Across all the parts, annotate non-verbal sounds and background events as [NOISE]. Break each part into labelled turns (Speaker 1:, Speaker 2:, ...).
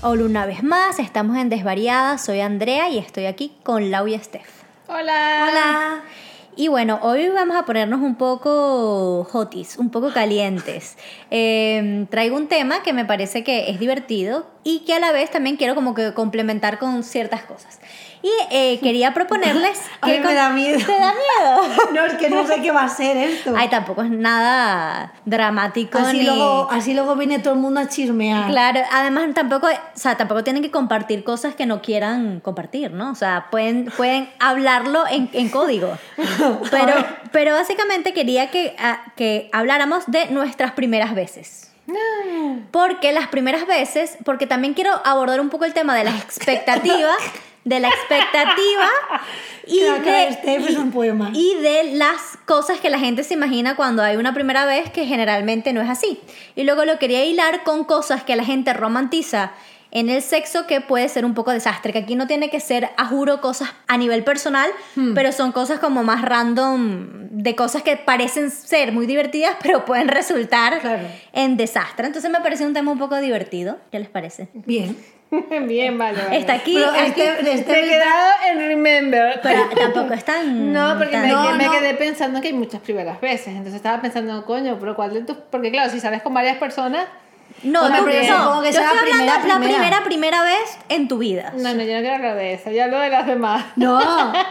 Speaker 1: Soul una vez más. Estamos en Desvariada. Soy Andrea y estoy aquí con Lau y Steph.
Speaker 2: Hola.
Speaker 1: Hola. Y bueno, hoy vamos a ponernos un poco hotis, un poco
Speaker 3: [LAUGHS]
Speaker 1: calientes. Eh, traigo un tema que me parece que es divertido y que a la vez también quiero como que complementar con ciertas cosas. Y
Speaker 3: [LAUGHS]
Speaker 1: eh, quería proponerles
Speaker 3: A
Speaker 1: que...
Speaker 3: mí me da
Speaker 1: [LAUGHS]
Speaker 3: miedo.
Speaker 1: ¿Te da miedo?
Speaker 3: No, es que no sé qué va a ser esto.
Speaker 1: Ay, tampoco es nada dramático
Speaker 3: así,
Speaker 1: ni...
Speaker 3: luego, así luego viene todo el mundo a chismear.
Speaker 1: Claro, además tampoco, o sea, tampoco tienen que compartir cosas que no quieran compartir, ¿no? O sea, pueden, pueden hablarlo en, en código. Pero, pero básicamente quería que, a- que habláramos de nuestras primeras veces. Porque las primeras veces, porque también quiero abordar un poco el tema de las expectativas, de la expectativa y
Speaker 3: Claro, claro,
Speaker 1: de-
Speaker 3: este es un poema.
Speaker 1: y de las cosas que la gente se imagina cuando hay una primera vez que generalmente no es así. Y luego lo quería hilar con cosas que la gente romantiza en el sexo que puede ser un poco desastre, que aquí no tiene que ser a juro cosas a nivel personal,
Speaker 3: Hmm.
Speaker 1: pero son cosas como más random, de cosas que parecen ser muy divertidas, [LAUGHS] pero pueden resultar
Speaker 3: Claro.
Speaker 1: en desastre. Entonces me parece un tema un poco divertido. ¿Qué les parece?
Speaker 3: Bien.
Speaker 2: [LAUGHS] Bien, vale. vale.
Speaker 1: Está aquí,
Speaker 3: Pero
Speaker 1: aquí-
Speaker 3: este, este
Speaker 2: Me he quedado en Remember.
Speaker 1: pero tampoco es tan...
Speaker 2: No, porque
Speaker 1: tan-
Speaker 2: me,
Speaker 3: [LAUGHS] No,
Speaker 2: me
Speaker 3: no.
Speaker 2: quedé pensando que hay muchas primeras veces. Entonces estaba pensando, coño, pero ¿cuál de tus.? Porque claro, si sales con varias personas.
Speaker 1: No,
Speaker 3: Una
Speaker 1: tú-
Speaker 3: primera,
Speaker 1: no,
Speaker 3: como que
Speaker 1: yo
Speaker 3: sea la
Speaker 1: estoy hablando
Speaker 3: primera,
Speaker 1: la
Speaker 3: primera.
Speaker 1: primera, primera vez en tu vida.
Speaker 2: No, no, yo no quiero hablar de eso. Ya hablo de las demás. [LAUGHS]
Speaker 1: [LAUGHS]
Speaker 3: No,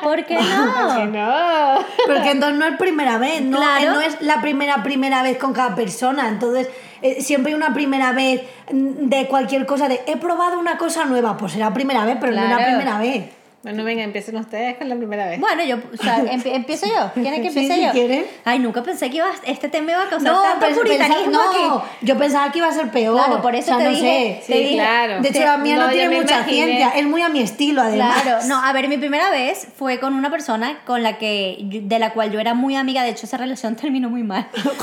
Speaker 1: ¿Por qué
Speaker 2: Que
Speaker 3: [LAUGHS]
Speaker 1: no?
Speaker 2: no.
Speaker 3: porque entonces no es primera vez, no, eh,
Speaker 1: Claro.
Speaker 3: no es la primera primera vez con cada persona. Entonces, eh, siempre hay una primera vez mm, de cualquier cosa, de he probado una cosa nueva, pues será primera vez, pero no
Speaker 2: Claro.
Speaker 3: era primera vez.
Speaker 2: Bueno, venga, empiecen ustedes con la primera vez.
Speaker 1: Bueno, yo, o sea, empie- empiezo yo. ¿Quieren que
Speaker 3: Sí,
Speaker 1: empiece
Speaker 3: si
Speaker 1: yo?
Speaker 3: quieren.
Speaker 1: Ay, nunca pensé que iba a- este tema iba a causar tanto
Speaker 3: pens-
Speaker 1: puritanismo
Speaker 3: pensaba- no,
Speaker 1: aquí.
Speaker 3: yo pensaba que iba a ser peor.
Speaker 1: Claro, por eso
Speaker 3: O sea,
Speaker 1: te
Speaker 3: no
Speaker 1: dije-
Speaker 3: sé.
Speaker 1: te dije-
Speaker 3: De hecho, la mía no,
Speaker 2: yo
Speaker 3: tiene
Speaker 2: me
Speaker 3: mucha
Speaker 2: imaginé-
Speaker 3: ciencia, es muy a mi estilo además. [LAUGHS]
Speaker 1: Claro, no, a ver, mi primera vez fue con una persona con la que, yo- de la cual yo era muy amiga, de hecho esa relación [LAUGHS] terminó muy
Speaker 3: [LAUGHS]
Speaker 1: mal, pero,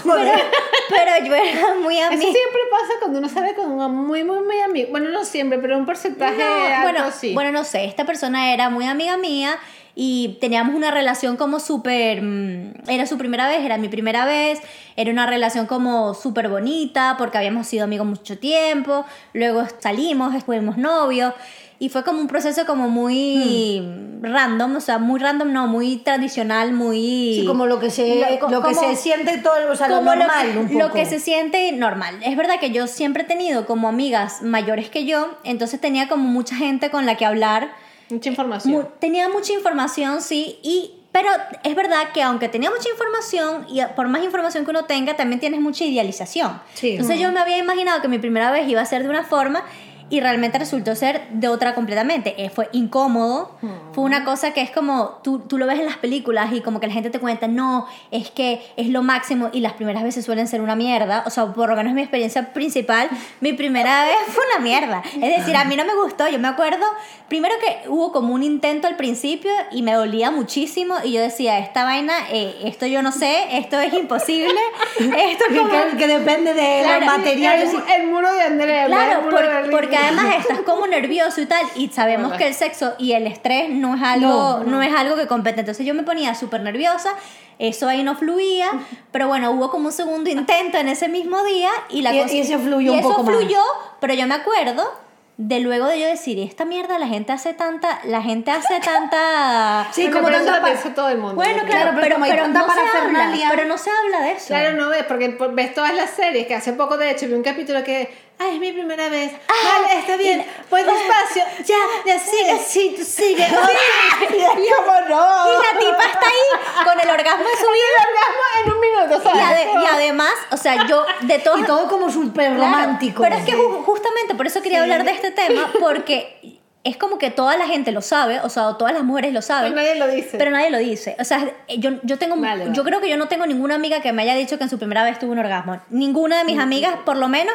Speaker 1: pero yo era muy
Speaker 2: Eso
Speaker 1: amiga.
Speaker 2: siempre pasa cuando uno sale con un muy, muy, muy amigo. Bueno, no siempre, pero un porcentaje
Speaker 1: No,
Speaker 2: alto
Speaker 1: bueno,
Speaker 2: sí.
Speaker 1: bueno, no sé, esta persona era muy amiga mía y teníamos una relación como súper, mm, era su primera vez, era mi primera vez, era una relación como súper bonita porque habíamos sido amigos mucho tiempo, luego salimos, estuvimos novios y fue como un proceso como muy
Speaker 3: Hmm.
Speaker 1: random, o sea, muy random, no, muy tradicional, muy...
Speaker 3: Sí, como lo que se,
Speaker 1: Lo-
Speaker 3: lo,
Speaker 1: co-
Speaker 3: que
Speaker 1: como-
Speaker 3: se siente todo, o sea, lo
Speaker 1: como
Speaker 3: normal
Speaker 1: que,
Speaker 3: un poco.
Speaker 1: lo que se siente normal. Es verdad que yo siempre he tenido como amigas mayores que yo, entonces tenía como mucha gente con la que hablar.
Speaker 2: Mucha
Speaker 1: eh,
Speaker 2: información.
Speaker 1: Mu- tenía mucha información, sí, y pero es verdad que aunque tenía mucha información y por más información que uno tenga, también tienes mucha idealización.
Speaker 3: Sí.
Speaker 1: Entonces yo me había imaginado que mi primera vez iba a ser de una forma y realmente resultó ser de otra completamente. Eh, fue incómodo, fue una cosa que es como tú, tú lo ves en las películas y como que la gente te cuenta, no, es que es lo máximo y las primeras veces suelen ser una mierda, o sea, por lo menos mi experiencia principal, mi primera vez fue una mierda. Es decir, a mí no me gustó, yo me acuerdo, primero que hubo como un intento al principio y me dolía muchísimo y yo decía, esta vaina, eh, esto yo no sé, esto es imposible,
Speaker 3: [LAUGHS]
Speaker 1: esto
Speaker 3: [LAUGHS] que,
Speaker 1: como...
Speaker 3: que- que depende de
Speaker 1: Claro,
Speaker 3: los
Speaker 2: el,
Speaker 3: materiales. y-
Speaker 2: el muro de Andrea. el
Speaker 1: Claro,
Speaker 2: muro
Speaker 1: por-
Speaker 2: de Berlín.
Speaker 3: [LAUGHS]
Speaker 1: porque además estás como nervioso y tal, y sabemos
Speaker 2: Hola.
Speaker 1: que el sexo y el estrés no es algo, no,
Speaker 3: No,
Speaker 1: es algo que compete. Entonces yo me ponía súper nerviosa, eso ahí no
Speaker 3: [LAUGHS]
Speaker 1: fluía, pero bueno, hubo como un segundo intento en ese mismo día y la
Speaker 3: Y-
Speaker 1: cosa-
Speaker 3: y ese fluyó
Speaker 1: y
Speaker 3: un
Speaker 1: eso
Speaker 3: poco más.
Speaker 1: fluyó, pero yo me acuerdo de luego de yo decir, esta mierda la gente hace tanta, la gente
Speaker 3: [LAUGHS]
Speaker 1: hace tanta
Speaker 3: Sí,
Speaker 2: Bueno,
Speaker 3: como
Speaker 2: pero eso
Speaker 3: tanto
Speaker 2: lo
Speaker 3: pa-
Speaker 2: piensa todo el mundo.
Speaker 1: Bueno,
Speaker 2: yo creo.
Speaker 1: claro,
Speaker 3: pero
Speaker 1: pero,
Speaker 3: como hay
Speaker 1: pero
Speaker 3: tanta
Speaker 1: no se habla,
Speaker 3: parafernalia.
Speaker 1: pero no se habla de eso.
Speaker 2: Claro, no ves, porque por- ves todas las series que hace poco, de hecho, vi un capítulo que, ay, es mi primera vez,
Speaker 1: Ah,
Speaker 2: vale, está bien,
Speaker 1: y-
Speaker 2: voy despacio, ya, ya sigue, sí,
Speaker 1: [LAUGHS]
Speaker 2: tú sigue, sí, y es como no.
Speaker 1: Y la tipa está ahí con el orgasmo de su vida.
Speaker 2: El orgasmo en un minuto,
Speaker 1: Y,
Speaker 2: ¿sabes?
Speaker 1: ade- y además, o sea, yo de todos...
Speaker 3: Y todo como súper
Speaker 1: Claro,
Speaker 3: romántico.
Speaker 1: Pero es que ju- justamente por eso quería hablar de este tema,
Speaker 2: [LAUGHS]
Speaker 1: porque es como que toda la gente lo sabe, o sea, o todas las mujeres lo saben.
Speaker 2: Pero Pues nadie lo dice.
Speaker 1: Pero nadie lo dice. O sea, eh, yo, yo tengo,
Speaker 2: Vale,
Speaker 1: yo
Speaker 2: vale.
Speaker 1: creo que yo no tengo ninguna amiga que me haya dicho que en su primera vez tuvo un orgasmo. Ninguna
Speaker 2: Mm.
Speaker 1: de mis amigas, por lo menos,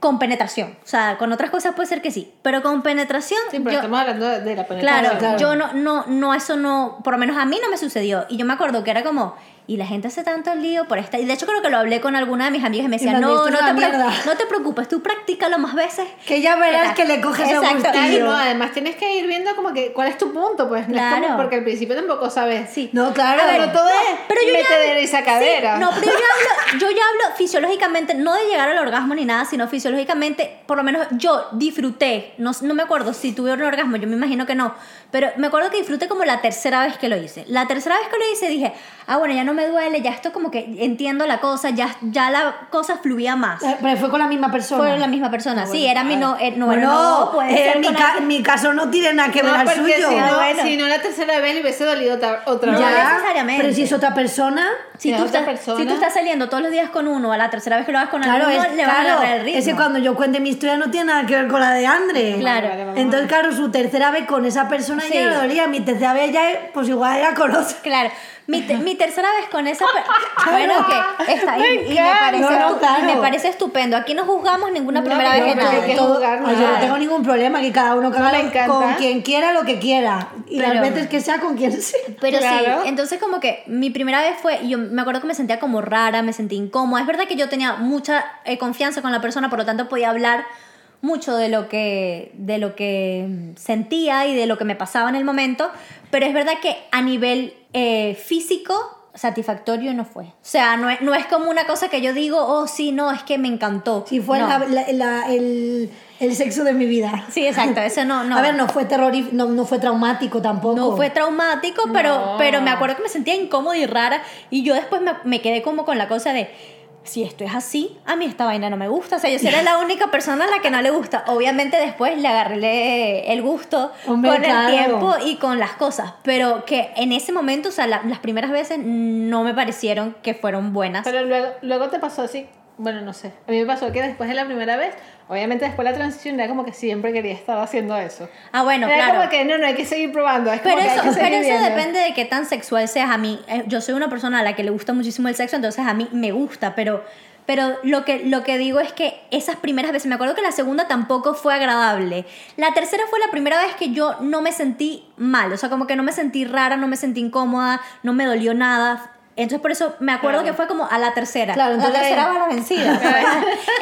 Speaker 1: con penetración. O sea, con otras cosas puede ser que sí, pero con penetración...
Speaker 2: sí, pero
Speaker 1: yo-
Speaker 2: estamos hablando de, de la penetración.
Speaker 1: Claro, yo no, no, no, eso no, por lo menos a mí no me sucedió. Y yo me acuerdo que era como, Y la gente hace tanto lío por esta. Y de hecho, creo que lo hablé con alguna de mis amigas y me decía,
Speaker 3: me han
Speaker 1: no,
Speaker 3: dicho
Speaker 1: no
Speaker 3: una
Speaker 1: te, pre-
Speaker 3: mierda".
Speaker 1: no te preocupes, tú practícalo más veces.
Speaker 3: Que ya verás que
Speaker 1: Exacto.
Speaker 3: le coges el
Speaker 1: Exacto.
Speaker 2: Claro, y no,
Speaker 3: gustillo.
Speaker 2: además tienes que ir viendo como que cuál es tu punto, pues. No es como-
Speaker 1: Claro.
Speaker 2: porque al principio tampoco sabes. Eh,
Speaker 1: Sí.
Speaker 3: No, claro.
Speaker 2: A ver, no todo es
Speaker 1: pero yo ya-
Speaker 2: metedera y sacadera.
Speaker 1: Sí, no, pero yo ya hablo, yo ya hablo fisiológicamente, no de llegar al orgasmo ni nada, sino fisiológicamente, por lo menos yo disfruté, no, no me acuerdo si tuve un orgasmo, yo me imagino que no, pero me acuerdo que disfruté como la tercera vez que lo hice. La tercera vez que lo hice dije, ah, bueno, ya no me duele, ya esto como que entiendo la cosa, ya, ya la cosa fluía más.
Speaker 3: Eh, Pero fue con la misma persona.
Speaker 1: Fue la misma persona, sí, era mi no, eh, no,
Speaker 3: Bueno,
Speaker 1: no, puede
Speaker 3: eh,
Speaker 1: ser
Speaker 3: mi
Speaker 1: con
Speaker 3: ca- en mi caso no tiene nada que ver
Speaker 2: No,
Speaker 3: al
Speaker 2: porque
Speaker 3: suyo.
Speaker 2: Si, no,
Speaker 1: Ah, bueno.
Speaker 2: si no, la tercera vez le hubiese dolido otra, otra
Speaker 1: No,
Speaker 2: vez.
Speaker 1: ya. necesariamente.
Speaker 3: Pero si es otra persona,
Speaker 1: Si
Speaker 2: de
Speaker 1: tú,
Speaker 2: otra
Speaker 1: estás,
Speaker 2: persona.
Speaker 1: si tú estás saliendo todos los días con uno, a la tercera vez que lo hagas con
Speaker 3: claro,
Speaker 1: alguno,
Speaker 3: es,
Speaker 1: le vas a
Speaker 3: claro
Speaker 1: agarrar el ritmo.
Speaker 3: ese cuando yo cuente mi historia no tiene nada que ver con la de Andre.
Speaker 1: Claro.
Speaker 2: Vale, vale,
Speaker 3: Entonces, claro, su tercera vez con esa persona
Speaker 1: Sí.
Speaker 3: ya no dolía. Mi tercera vez ya, eh, pues igual era con otra.
Speaker 1: [LAUGHS] Claro, mi, te- mi tercera vez con esa... per-
Speaker 2: [LAUGHS]
Speaker 1: Bueno, que está
Speaker 2: Me
Speaker 1: ahí y, me
Speaker 2: encanta.
Speaker 1: parece
Speaker 3: No, no,
Speaker 1: estu-
Speaker 3: claro.
Speaker 1: y me parece estupendo. Aquí no juzgamos ninguna
Speaker 2: No,
Speaker 1: primera
Speaker 2: no,
Speaker 1: vez.
Speaker 2: no,
Speaker 1: ni nada.
Speaker 2: hay que
Speaker 3: todo-
Speaker 2: juzgar
Speaker 3: o sea,
Speaker 2: nada.
Speaker 3: no tengo ningún problema que cada uno que
Speaker 2: No, me
Speaker 3: haga
Speaker 2: encanta.
Speaker 3: con quien quiera lo que quiera. Y
Speaker 1: Pero-
Speaker 3: las veces que sea con quien sea.
Speaker 1: Pero
Speaker 2: Claro.
Speaker 1: sí, entonces como que mi primera vez fue, y yo me acuerdo que me sentía como rara, me sentí incómoda. Es verdad que yo tenía mucha eh, confianza con la persona, por lo tanto podía hablar mucho de lo que de lo que mm, sentía y de lo que me pasaba en el momento, pero es verdad que a nivel eh, físico satisfactorio no fue. O sea, no es, no es como una cosa que yo digo, oh, sí, no, es que me encantó.
Speaker 3: Si fue
Speaker 1: No.
Speaker 3: la- la- la- el, el sexo de mi vida.
Speaker 1: Sí, exacto, eso no, no.
Speaker 3: [LAUGHS] A ver, no fue terrorífico, no, no fue traumático tampoco.
Speaker 1: No fue traumático, pero,
Speaker 2: No.
Speaker 1: pero me acuerdo que me sentía incómoda y rara. Y yo después me, me quedé como con la cosa de, si esto es así, a mí esta vaina no me gusta. O sea, yo era la única persona a la que no le gusta. Obviamente después le agarré el gusto
Speaker 3: Hombre,
Speaker 1: con
Speaker 3: claro.
Speaker 1: el tiempo y con las cosas. Pero que en ese momento, o sea, la- las primeras veces no me parecieron que fueron buenas.
Speaker 2: Pero luego, luego te pasó así. Bueno, no sé. A mí me pasó que después de la primera vez, obviamente después de la transición, era como que siempre quería estar haciendo eso.
Speaker 1: ah, bueno,
Speaker 2: era
Speaker 1: claro.
Speaker 2: como que no, no, hay que seguir probando. Es como
Speaker 1: Pero
Speaker 2: que hay
Speaker 1: eso,
Speaker 2: que seguir
Speaker 1: pero eso
Speaker 2: viendo.
Speaker 1: depende de qué tan sexual seas. A mí, eh, yo soy una persona a la que le gusta muchísimo el sexo, entonces a mí me gusta, pero, pero lo, que, lo que digo es que esas primeras veces, me acuerdo que la segunda tampoco fue agradable. La tercera fue la primera vez que yo no me sentí mal, o sea, como que no me sentí rara, no me sentí incómoda, no me dolió nada. Entonces por eso me acuerdo
Speaker 2: Claro.
Speaker 1: que fue como a la tercera.
Speaker 3: Claro,
Speaker 1: la
Speaker 3: entonces-
Speaker 1: tercera va la
Speaker 3: [LAUGHS]
Speaker 1: vencida.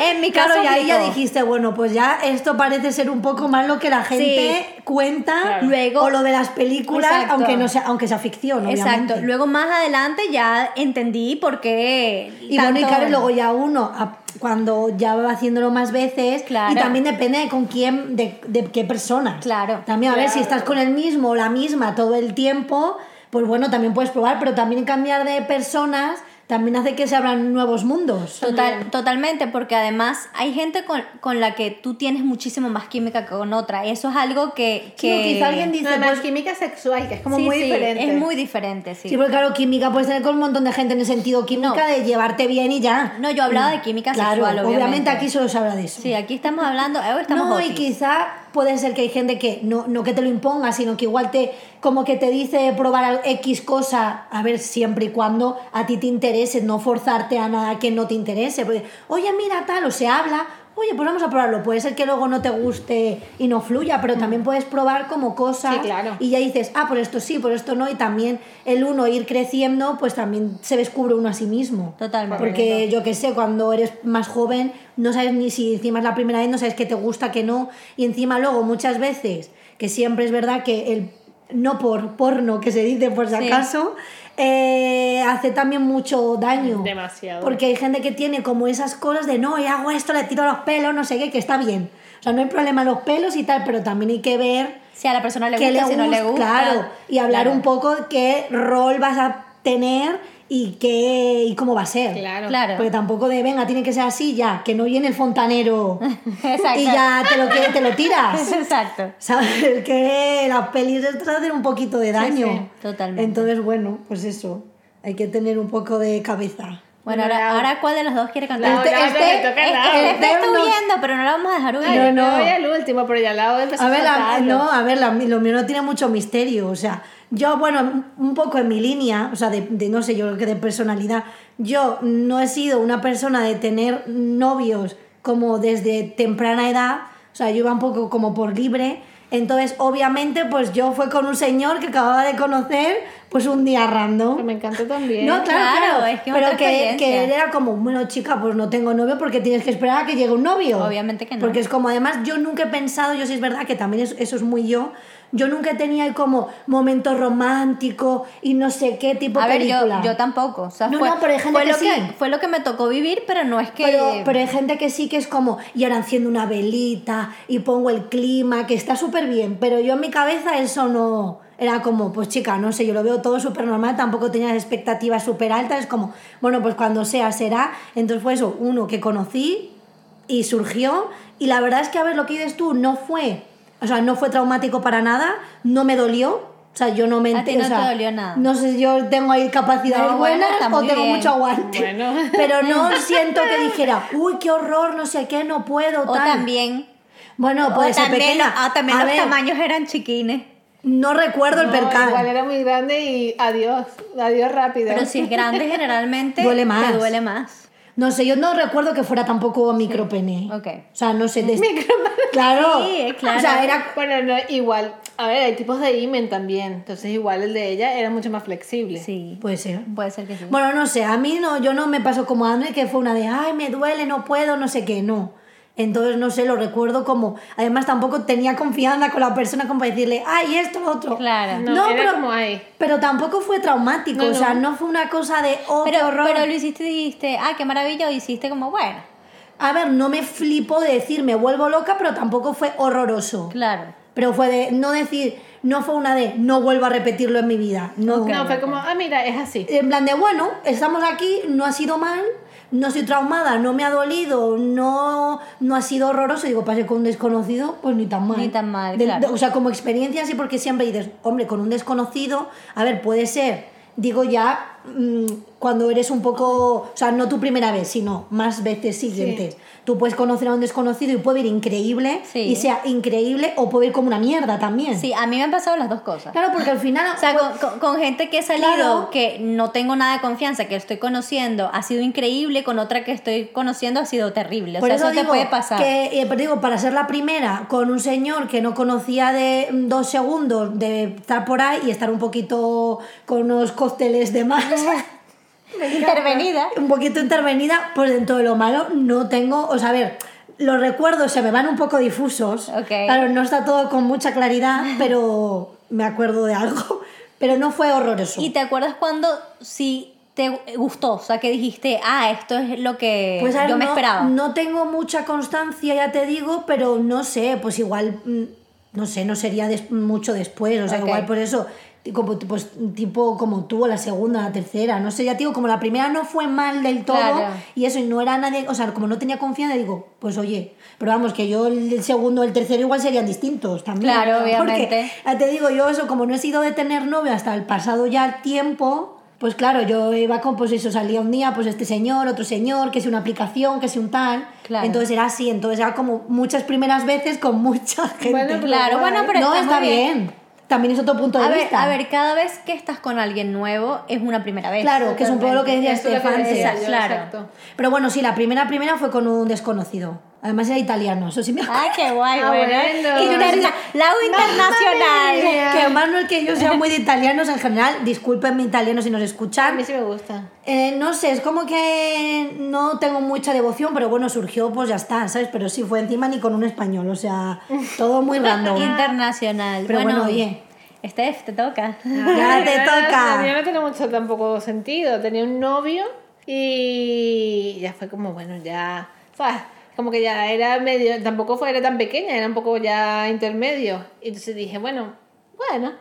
Speaker 1: en mi caso
Speaker 3: Claro, y ahí ya
Speaker 1: aplicó.
Speaker 3: dijiste, bueno, pues ya esto parece ser un poco más lo que la gente cuenta
Speaker 2: Claro.
Speaker 1: Luego-
Speaker 3: o lo de las películas,
Speaker 1: Exacto.
Speaker 3: aunque no sea, aunque sea ficción,
Speaker 1: Exacto.
Speaker 3: obviamente.
Speaker 1: Luego más adelante ya entendí por qué.
Speaker 3: y bueno, y
Speaker 1: tanto-
Speaker 3: claro, luego ya uno, a- cuando ya va haciéndolo más veces,
Speaker 1: Claro.
Speaker 3: y también depende de con quién, de, de qué persona.
Speaker 1: Claro.
Speaker 3: También, a ver,
Speaker 2: Claro.
Speaker 3: si estás con el mismo o la misma todo el tiempo, pues bueno, también puedes probar, pero también cambiar de personas también hace que se abran nuevos mundos.
Speaker 1: Total, totalmente, porque además hay gente con, con la que tú tienes muchísimo más química que con otra. Eso es algo que...
Speaker 3: Sí,
Speaker 1: que
Speaker 3: o quizá alguien dice,
Speaker 2: No, además,
Speaker 3: pues,
Speaker 2: química sexual, que es como
Speaker 1: Sí,
Speaker 2: muy
Speaker 1: sí,
Speaker 2: diferente.
Speaker 1: Es muy diferente, sí.
Speaker 3: Sí, porque claro, química puedes tener con un montón de gente en el sentido química
Speaker 1: No.
Speaker 3: de llevarte bien y ya. Mm.
Speaker 1: No, yo hablaba de química
Speaker 3: claro,
Speaker 1: sexual, obviamente.
Speaker 3: aquí solo se habla de eso.
Speaker 1: Sí, aquí estamos hablando... eh, hoy estamos
Speaker 3: no, y
Speaker 1: hotties.
Speaker 3: quizá puede ser que hay gente que no, no que te lo imponga, sino que igual te como que te dice probar al- X cosa, a ver, siempre y cuando a ti te interese, no forzarte a nada que no te interese. Porque, oye, mira tal, o se habla, oye, pues vamos a probarlo. Puede ser que luego no te guste y no fluya, pero también puedes probar como cosas
Speaker 2: Sí, claro.
Speaker 3: y ya dices, ah, por esto sí, por esto no, y también el uno ir creciendo, pues también se descubre uno a sí mismo.
Speaker 1: Totalmente.
Speaker 3: Porque Eh, yo qué sé, cuando eres más joven, no sabes ni si encima es la primera vez, no sabes qué te gusta, qué no. Y encima luego muchas veces, que siempre es verdad que el no por porno que se dice por si
Speaker 1: Sí.
Speaker 3: acaso, eh, hace también mucho daño.
Speaker 2: Demasiado.
Speaker 3: Porque hay gente que tiene como esas cosas de no, y hago esto, le tiro los pelos, no sé qué, que está bien. O sea, no hay problema los pelos y tal, pero también hay que ver
Speaker 1: Si a la persona le
Speaker 3: que
Speaker 1: gusta, si no le
Speaker 3: gust-
Speaker 1: gusta.
Speaker 3: Claro, y hablar
Speaker 1: Claro.
Speaker 3: un poco qué rol vas a tener y qué y cómo va a ser.
Speaker 2: Claro.
Speaker 1: Claro.
Speaker 3: Porque tampoco de, venga, tiene que ser así ya, que no viene el fontanero
Speaker 1: [LAUGHS] Exacto.
Speaker 3: y ya te lo, que, te lo tiras.
Speaker 1: [LAUGHS]
Speaker 3: [LAUGHS]
Speaker 1: Exacto.
Speaker 3: Sabes que las pelis estas hacen un poquito de daño.
Speaker 1: sí, totalmente.
Speaker 3: Entonces, bueno, pues eso, hay que tener un poco de cabeza.
Speaker 1: Bueno,
Speaker 2: Bueno,
Speaker 1: ahora,
Speaker 2: la-
Speaker 1: ahora ¿cuál de las dos quiere cantar?
Speaker 2: La-
Speaker 1: Este-
Speaker 2: la-
Speaker 1: este-
Speaker 2: me toca
Speaker 1: este-
Speaker 2: la-
Speaker 1: este
Speaker 3: la-
Speaker 1: está
Speaker 3: no.
Speaker 1: huyendo, pero no la vamos a dejar
Speaker 2: Ay,
Speaker 1: huir.
Speaker 3: No,
Speaker 2: yo
Speaker 3: no.
Speaker 2: voy al último, pero ya la voy a empezar
Speaker 3: A ver, la-
Speaker 2: saltarlo.
Speaker 3: no, a ver, la- lo mío no tiene mucho misterio, o sea, yo, bueno, un poco en mi línea, o sea, de, de, no sé, yo creo que de personalidad, yo no he sido una persona de tener novios como desde temprana edad, o sea, yo iba un poco como por libre Entonces, obviamente, pues yo fue con un señor que acababa de conocer, pues un día
Speaker 2: Pero
Speaker 3: random.
Speaker 2: me encantó también.
Speaker 3: No,
Speaker 1: Claro,
Speaker 3: claro, claro,
Speaker 1: es que es
Speaker 3: pero
Speaker 1: otra
Speaker 3: que, que
Speaker 1: experiencia.
Speaker 3: él era como, bueno, chica, pues no tengo novio porque tienes que esperar a que llegue un novio.
Speaker 1: Obviamente que no.
Speaker 3: Porque es como, además, yo nunca he pensado, yo sí es verdad que también es- eso es muy yo, yo nunca tenía como momento romántico y no sé qué tipo
Speaker 1: a
Speaker 3: de
Speaker 1: ver, yo,
Speaker 3: película.
Speaker 1: yo tampoco. O sea,
Speaker 3: No,
Speaker 1: fue,
Speaker 3: no, pero hay gente
Speaker 1: fue
Speaker 3: que
Speaker 1: lo
Speaker 3: sí.
Speaker 1: que Fue lo que me tocó vivir, pero no es que.
Speaker 3: Pero, pero hay gente que sí que es como, y ahora enciendo una velita y pongo el clima, que está súper bien, pero yo en mi cabeza eso no. Era como, pues chica, no sé, yo lo veo todo súper normal, tampoco tenía expectativas súper altas, es como, bueno, pues cuando sea, será. Entonces fue eso, uno que conocí y surgió, y la verdad es que, a ver, lo que dices tú, no fue, o sea, no fue traumático para nada, no me dolió. O sea, yo no me
Speaker 1: A
Speaker 3: ent-
Speaker 1: ti no
Speaker 3: o sea,
Speaker 1: te dolió nada.
Speaker 3: No sé si yo tengo ahí capacidades
Speaker 1: Ah, bueno,
Speaker 3: buenas
Speaker 1: está
Speaker 3: o
Speaker 1: muy
Speaker 3: tengo
Speaker 1: bien.
Speaker 3: mucho aguante.
Speaker 2: Bueno.
Speaker 3: [LAUGHS] Pero no siento que dijera, uy, qué horror, no sé qué, no puedo.
Speaker 1: o
Speaker 3: tal".
Speaker 1: también.
Speaker 3: Bueno, puede
Speaker 1: o
Speaker 3: ser
Speaker 1: también,
Speaker 3: pequeña.
Speaker 1: ah, también
Speaker 3: A
Speaker 1: los
Speaker 3: ver,
Speaker 1: tamaños eran chiquines.
Speaker 3: No recuerdo el
Speaker 2: No, Igual
Speaker 3: percal.
Speaker 2: era muy grande y adiós, adiós rápido.
Speaker 1: Pero si es
Speaker 3: [LAUGHS]
Speaker 1: grande, generalmente.
Speaker 3: Duele más.
Speaker 1: Te duele más.
Speaker 3: No sé, yo no recuerdo que fuera tampoco micropene.
Speaker 1: Ok.
Speaker 3: O sea, no sé. de-
Speaker 1: [LAUGHS]
Speaker 3: Claro.
Speaker 1: Sí, claro.
Speaker 3: O sea, era.
Speaker 2: [LAUGHS] Bueno, no, igual, a ver, hay tipos de imen también, entonces igual el de ella era mucho más flexible.
Speaker 1: Sí.
Speaker 3: Puede ser.
Speaker 1: Puede ser que sí.
Speaker 3: Bueno, no sé, a mí no, yo no me pasó como a André, que fue una de, ay, me duele, no puedo, no sé qué, no. Entonces, no sé, lo recuerdo como, además tampoco tenía confianza con la persona como para decirle, ay, esto, lo otro.
Speaker 1: Claro.
Speaker 2: No, era como ahí.
Speaker 3: pero tampoco fue traumático,
Speaker 2: No,
Speaker 3: o sea,
Speaker 2: no.
Speaker 3: no fue una cosa de, oh, qué
Speaker 1: pero,
Speaker 3: horror.
Speaker 1: pero lo hiciste y dijiste, ah, qué maravilla, o hiciste como, bueno.
Speaker 3: A ver, no me flipo de decir me vuelvo loca, pero tampoco fue horroroso.
Speaker 1: Claro.
Speaker 3: Pero fue de no decir, no fue una de no vuelvo a repetirlo en mi vida. No.
Speaker 2: no, fue como, ah, mira, es así.
Speaker 3: En plan de, bueno, estamos aquí, no ha sido mal, no estoy traumada, no me ha dolido, no, no ha sido horroroso. Digo, pasé con un desconocido, pues ni tan mal.
Speaker 1: Ni tan mal,
Speaker 3: Del-
Speaker 1: claro.
Speaker 3: O sea, como experiencia sí, porque siempre dices, hombre, con un desconocido, a ver, puede ser, digo ya, mm, cuando eres un poco, o sea, no tu primera vez, sino más veces siguientes. Tú puedes conocer a un desconocido y puede ir increíble,
Speaker 1: Sí.
Speaker 3: y sea increíble, o puede ir como una mierda también.
Speaker 1: Sí, a mí me han pasado las dos cosas.
Speaker 3: Claro, porque al final...
Speaker 1: O sea, con, con- con gente que he salido
Speaker 3: Claro.
Speaker 1: que no tengo nada de confianza, que estoy conociendo, ha sido increíble, con otra que estoy conociendo ha sido terrible. O
Speaker 3: Por
Speaker 1: sea,
Speaker 3: eso
Speaker 1: eso, te
Speaker 3: digo
Speaker 1: puede pasar.
Speaker 3: Que, eh, pero digo, para ser la primera con un señor que no conocía de mm, dos segundos de estar por ahí y estar un poquito con unos cócteles
Speaker 1: [LAUGHS]
Speaker 3: de más,
Speaker 1: Intervenida.
Speaker 3: un poquito intervenida, pues dentro de lo malo no tengo, o sea, a ver, los recuerdos se me van un poco difusos.
Speaker 1: Ok.
Speaker 3: Claro, no está todo con mucha claridad, pero me acuerdo de algo. [LAUGHS] Pero no fue horroroso.
Speaker 1: ¿Y te acuerdas cuando sí te gustó? O sea, que dijiste, ah, esto es lo que
Speaker 3: Pues a ver,
Speaker 1: yo me
Speaker 3: no,
Speaker 1: esperaba.
Speaker 3: No tengo mucha constancia, ya te digo, pero no sé, pues igual, mm, no sé, no sería des- mucho después, o sea,
Speaker 1: Ok.
Speaker 3: igual por eso, ti- como, t- pues, tipo como tú, la segunda, la tercera, no sé, ya te digo, como la primera no fue mal del todo
Speaker 1: Claro.
Speaker 3: y eso, y no era nadie, o sea, como no tenía confianza, digo, pues oye, pero vamos, que yo el el segundo, el tercero igual serían distintos también.
Speaker 1: Claro, obviamente.
Speaker 3: [LAUGHS] Porque, ya Ah, te digo, yo eso, como no he sido de tener novio hasta el pasado ya tiempo, pues claro, yo iba con, pues eso, salía un día, pues este señor, otro señor, que si una aplicación, que si un tal.
Speaker 1: Claro.
Speaker 3: Entonces era así, entonces era como muchas primeras veces con mucha [LAUGHS] gente.
Speaker 2: Bueno, pero
Speaker 1: claro, bueno, pero
Speaker 3: no, está
Speaker 1: muy
Speaker 3: bien. También es otro punto de
Speaker 1: A ver,
Speaker 3: vista.
Speaker 1: a ver, cada vez que estás con alguien nuevo es una primera vez.
Speaker 3: Claro, que es un poco lo que decía
Speaker 2: Eso es lo que
Speaker 3: Estefan.
Speaker 2: decía
Speaker 3: sí.
Speaker 2: yo,
Speaker 1: claro.
Speaker 2: exacto.
Speaker 3: Pero bueno, sí, la primera primera fue con un desconocido. Además era italiano, eso sí me acuerdo.
Speaker 1: Ah, qué guay,
Speaker 2: Ah,
Speaker 1: bueno.
Speaker 2: bueno.
Speaker 1: Interna- Lago internacional.
Speaker 2: mía.
Speaker 3: Que además no es que yo sea
Speaker 1: [LAUGHS]
Speaker 3: muy de italianos en general, discúlpenme italianos si nos
Speaker 2: A
Speaker 3: escuchan,
Speaker 2: mí sí me gusta.
Speaker 3: Eh, no sé, es como que no tengo mucha devoción, pero bueno, surgió, pues ya está, ¿sabes? Pero sí fue encima ni con un español,
Speaker 1: [LAUGHS]
Speaker 3: o sea, todo muy random.
Speaker 1: Internacional.
Speaker 3: Pero bueno, oye.
Speaker 1: Steph, te
Speaker 3: [LAUGHS]
Speaker 1: toca.
Speaker 3: ya
Speaker 2: A
Speaker 3: te
Speaker 2: mí
Speaker 3: toca.
Speaker 2: no tiene mucho tampoco sentido. Tenía un novio y ya fue como, bueno, ya. ¿sabes? Como que ya era medio. Tampoco fue, era tan pequeña, era un poco ya intermedio. Y entonces dije, bueno, bueno,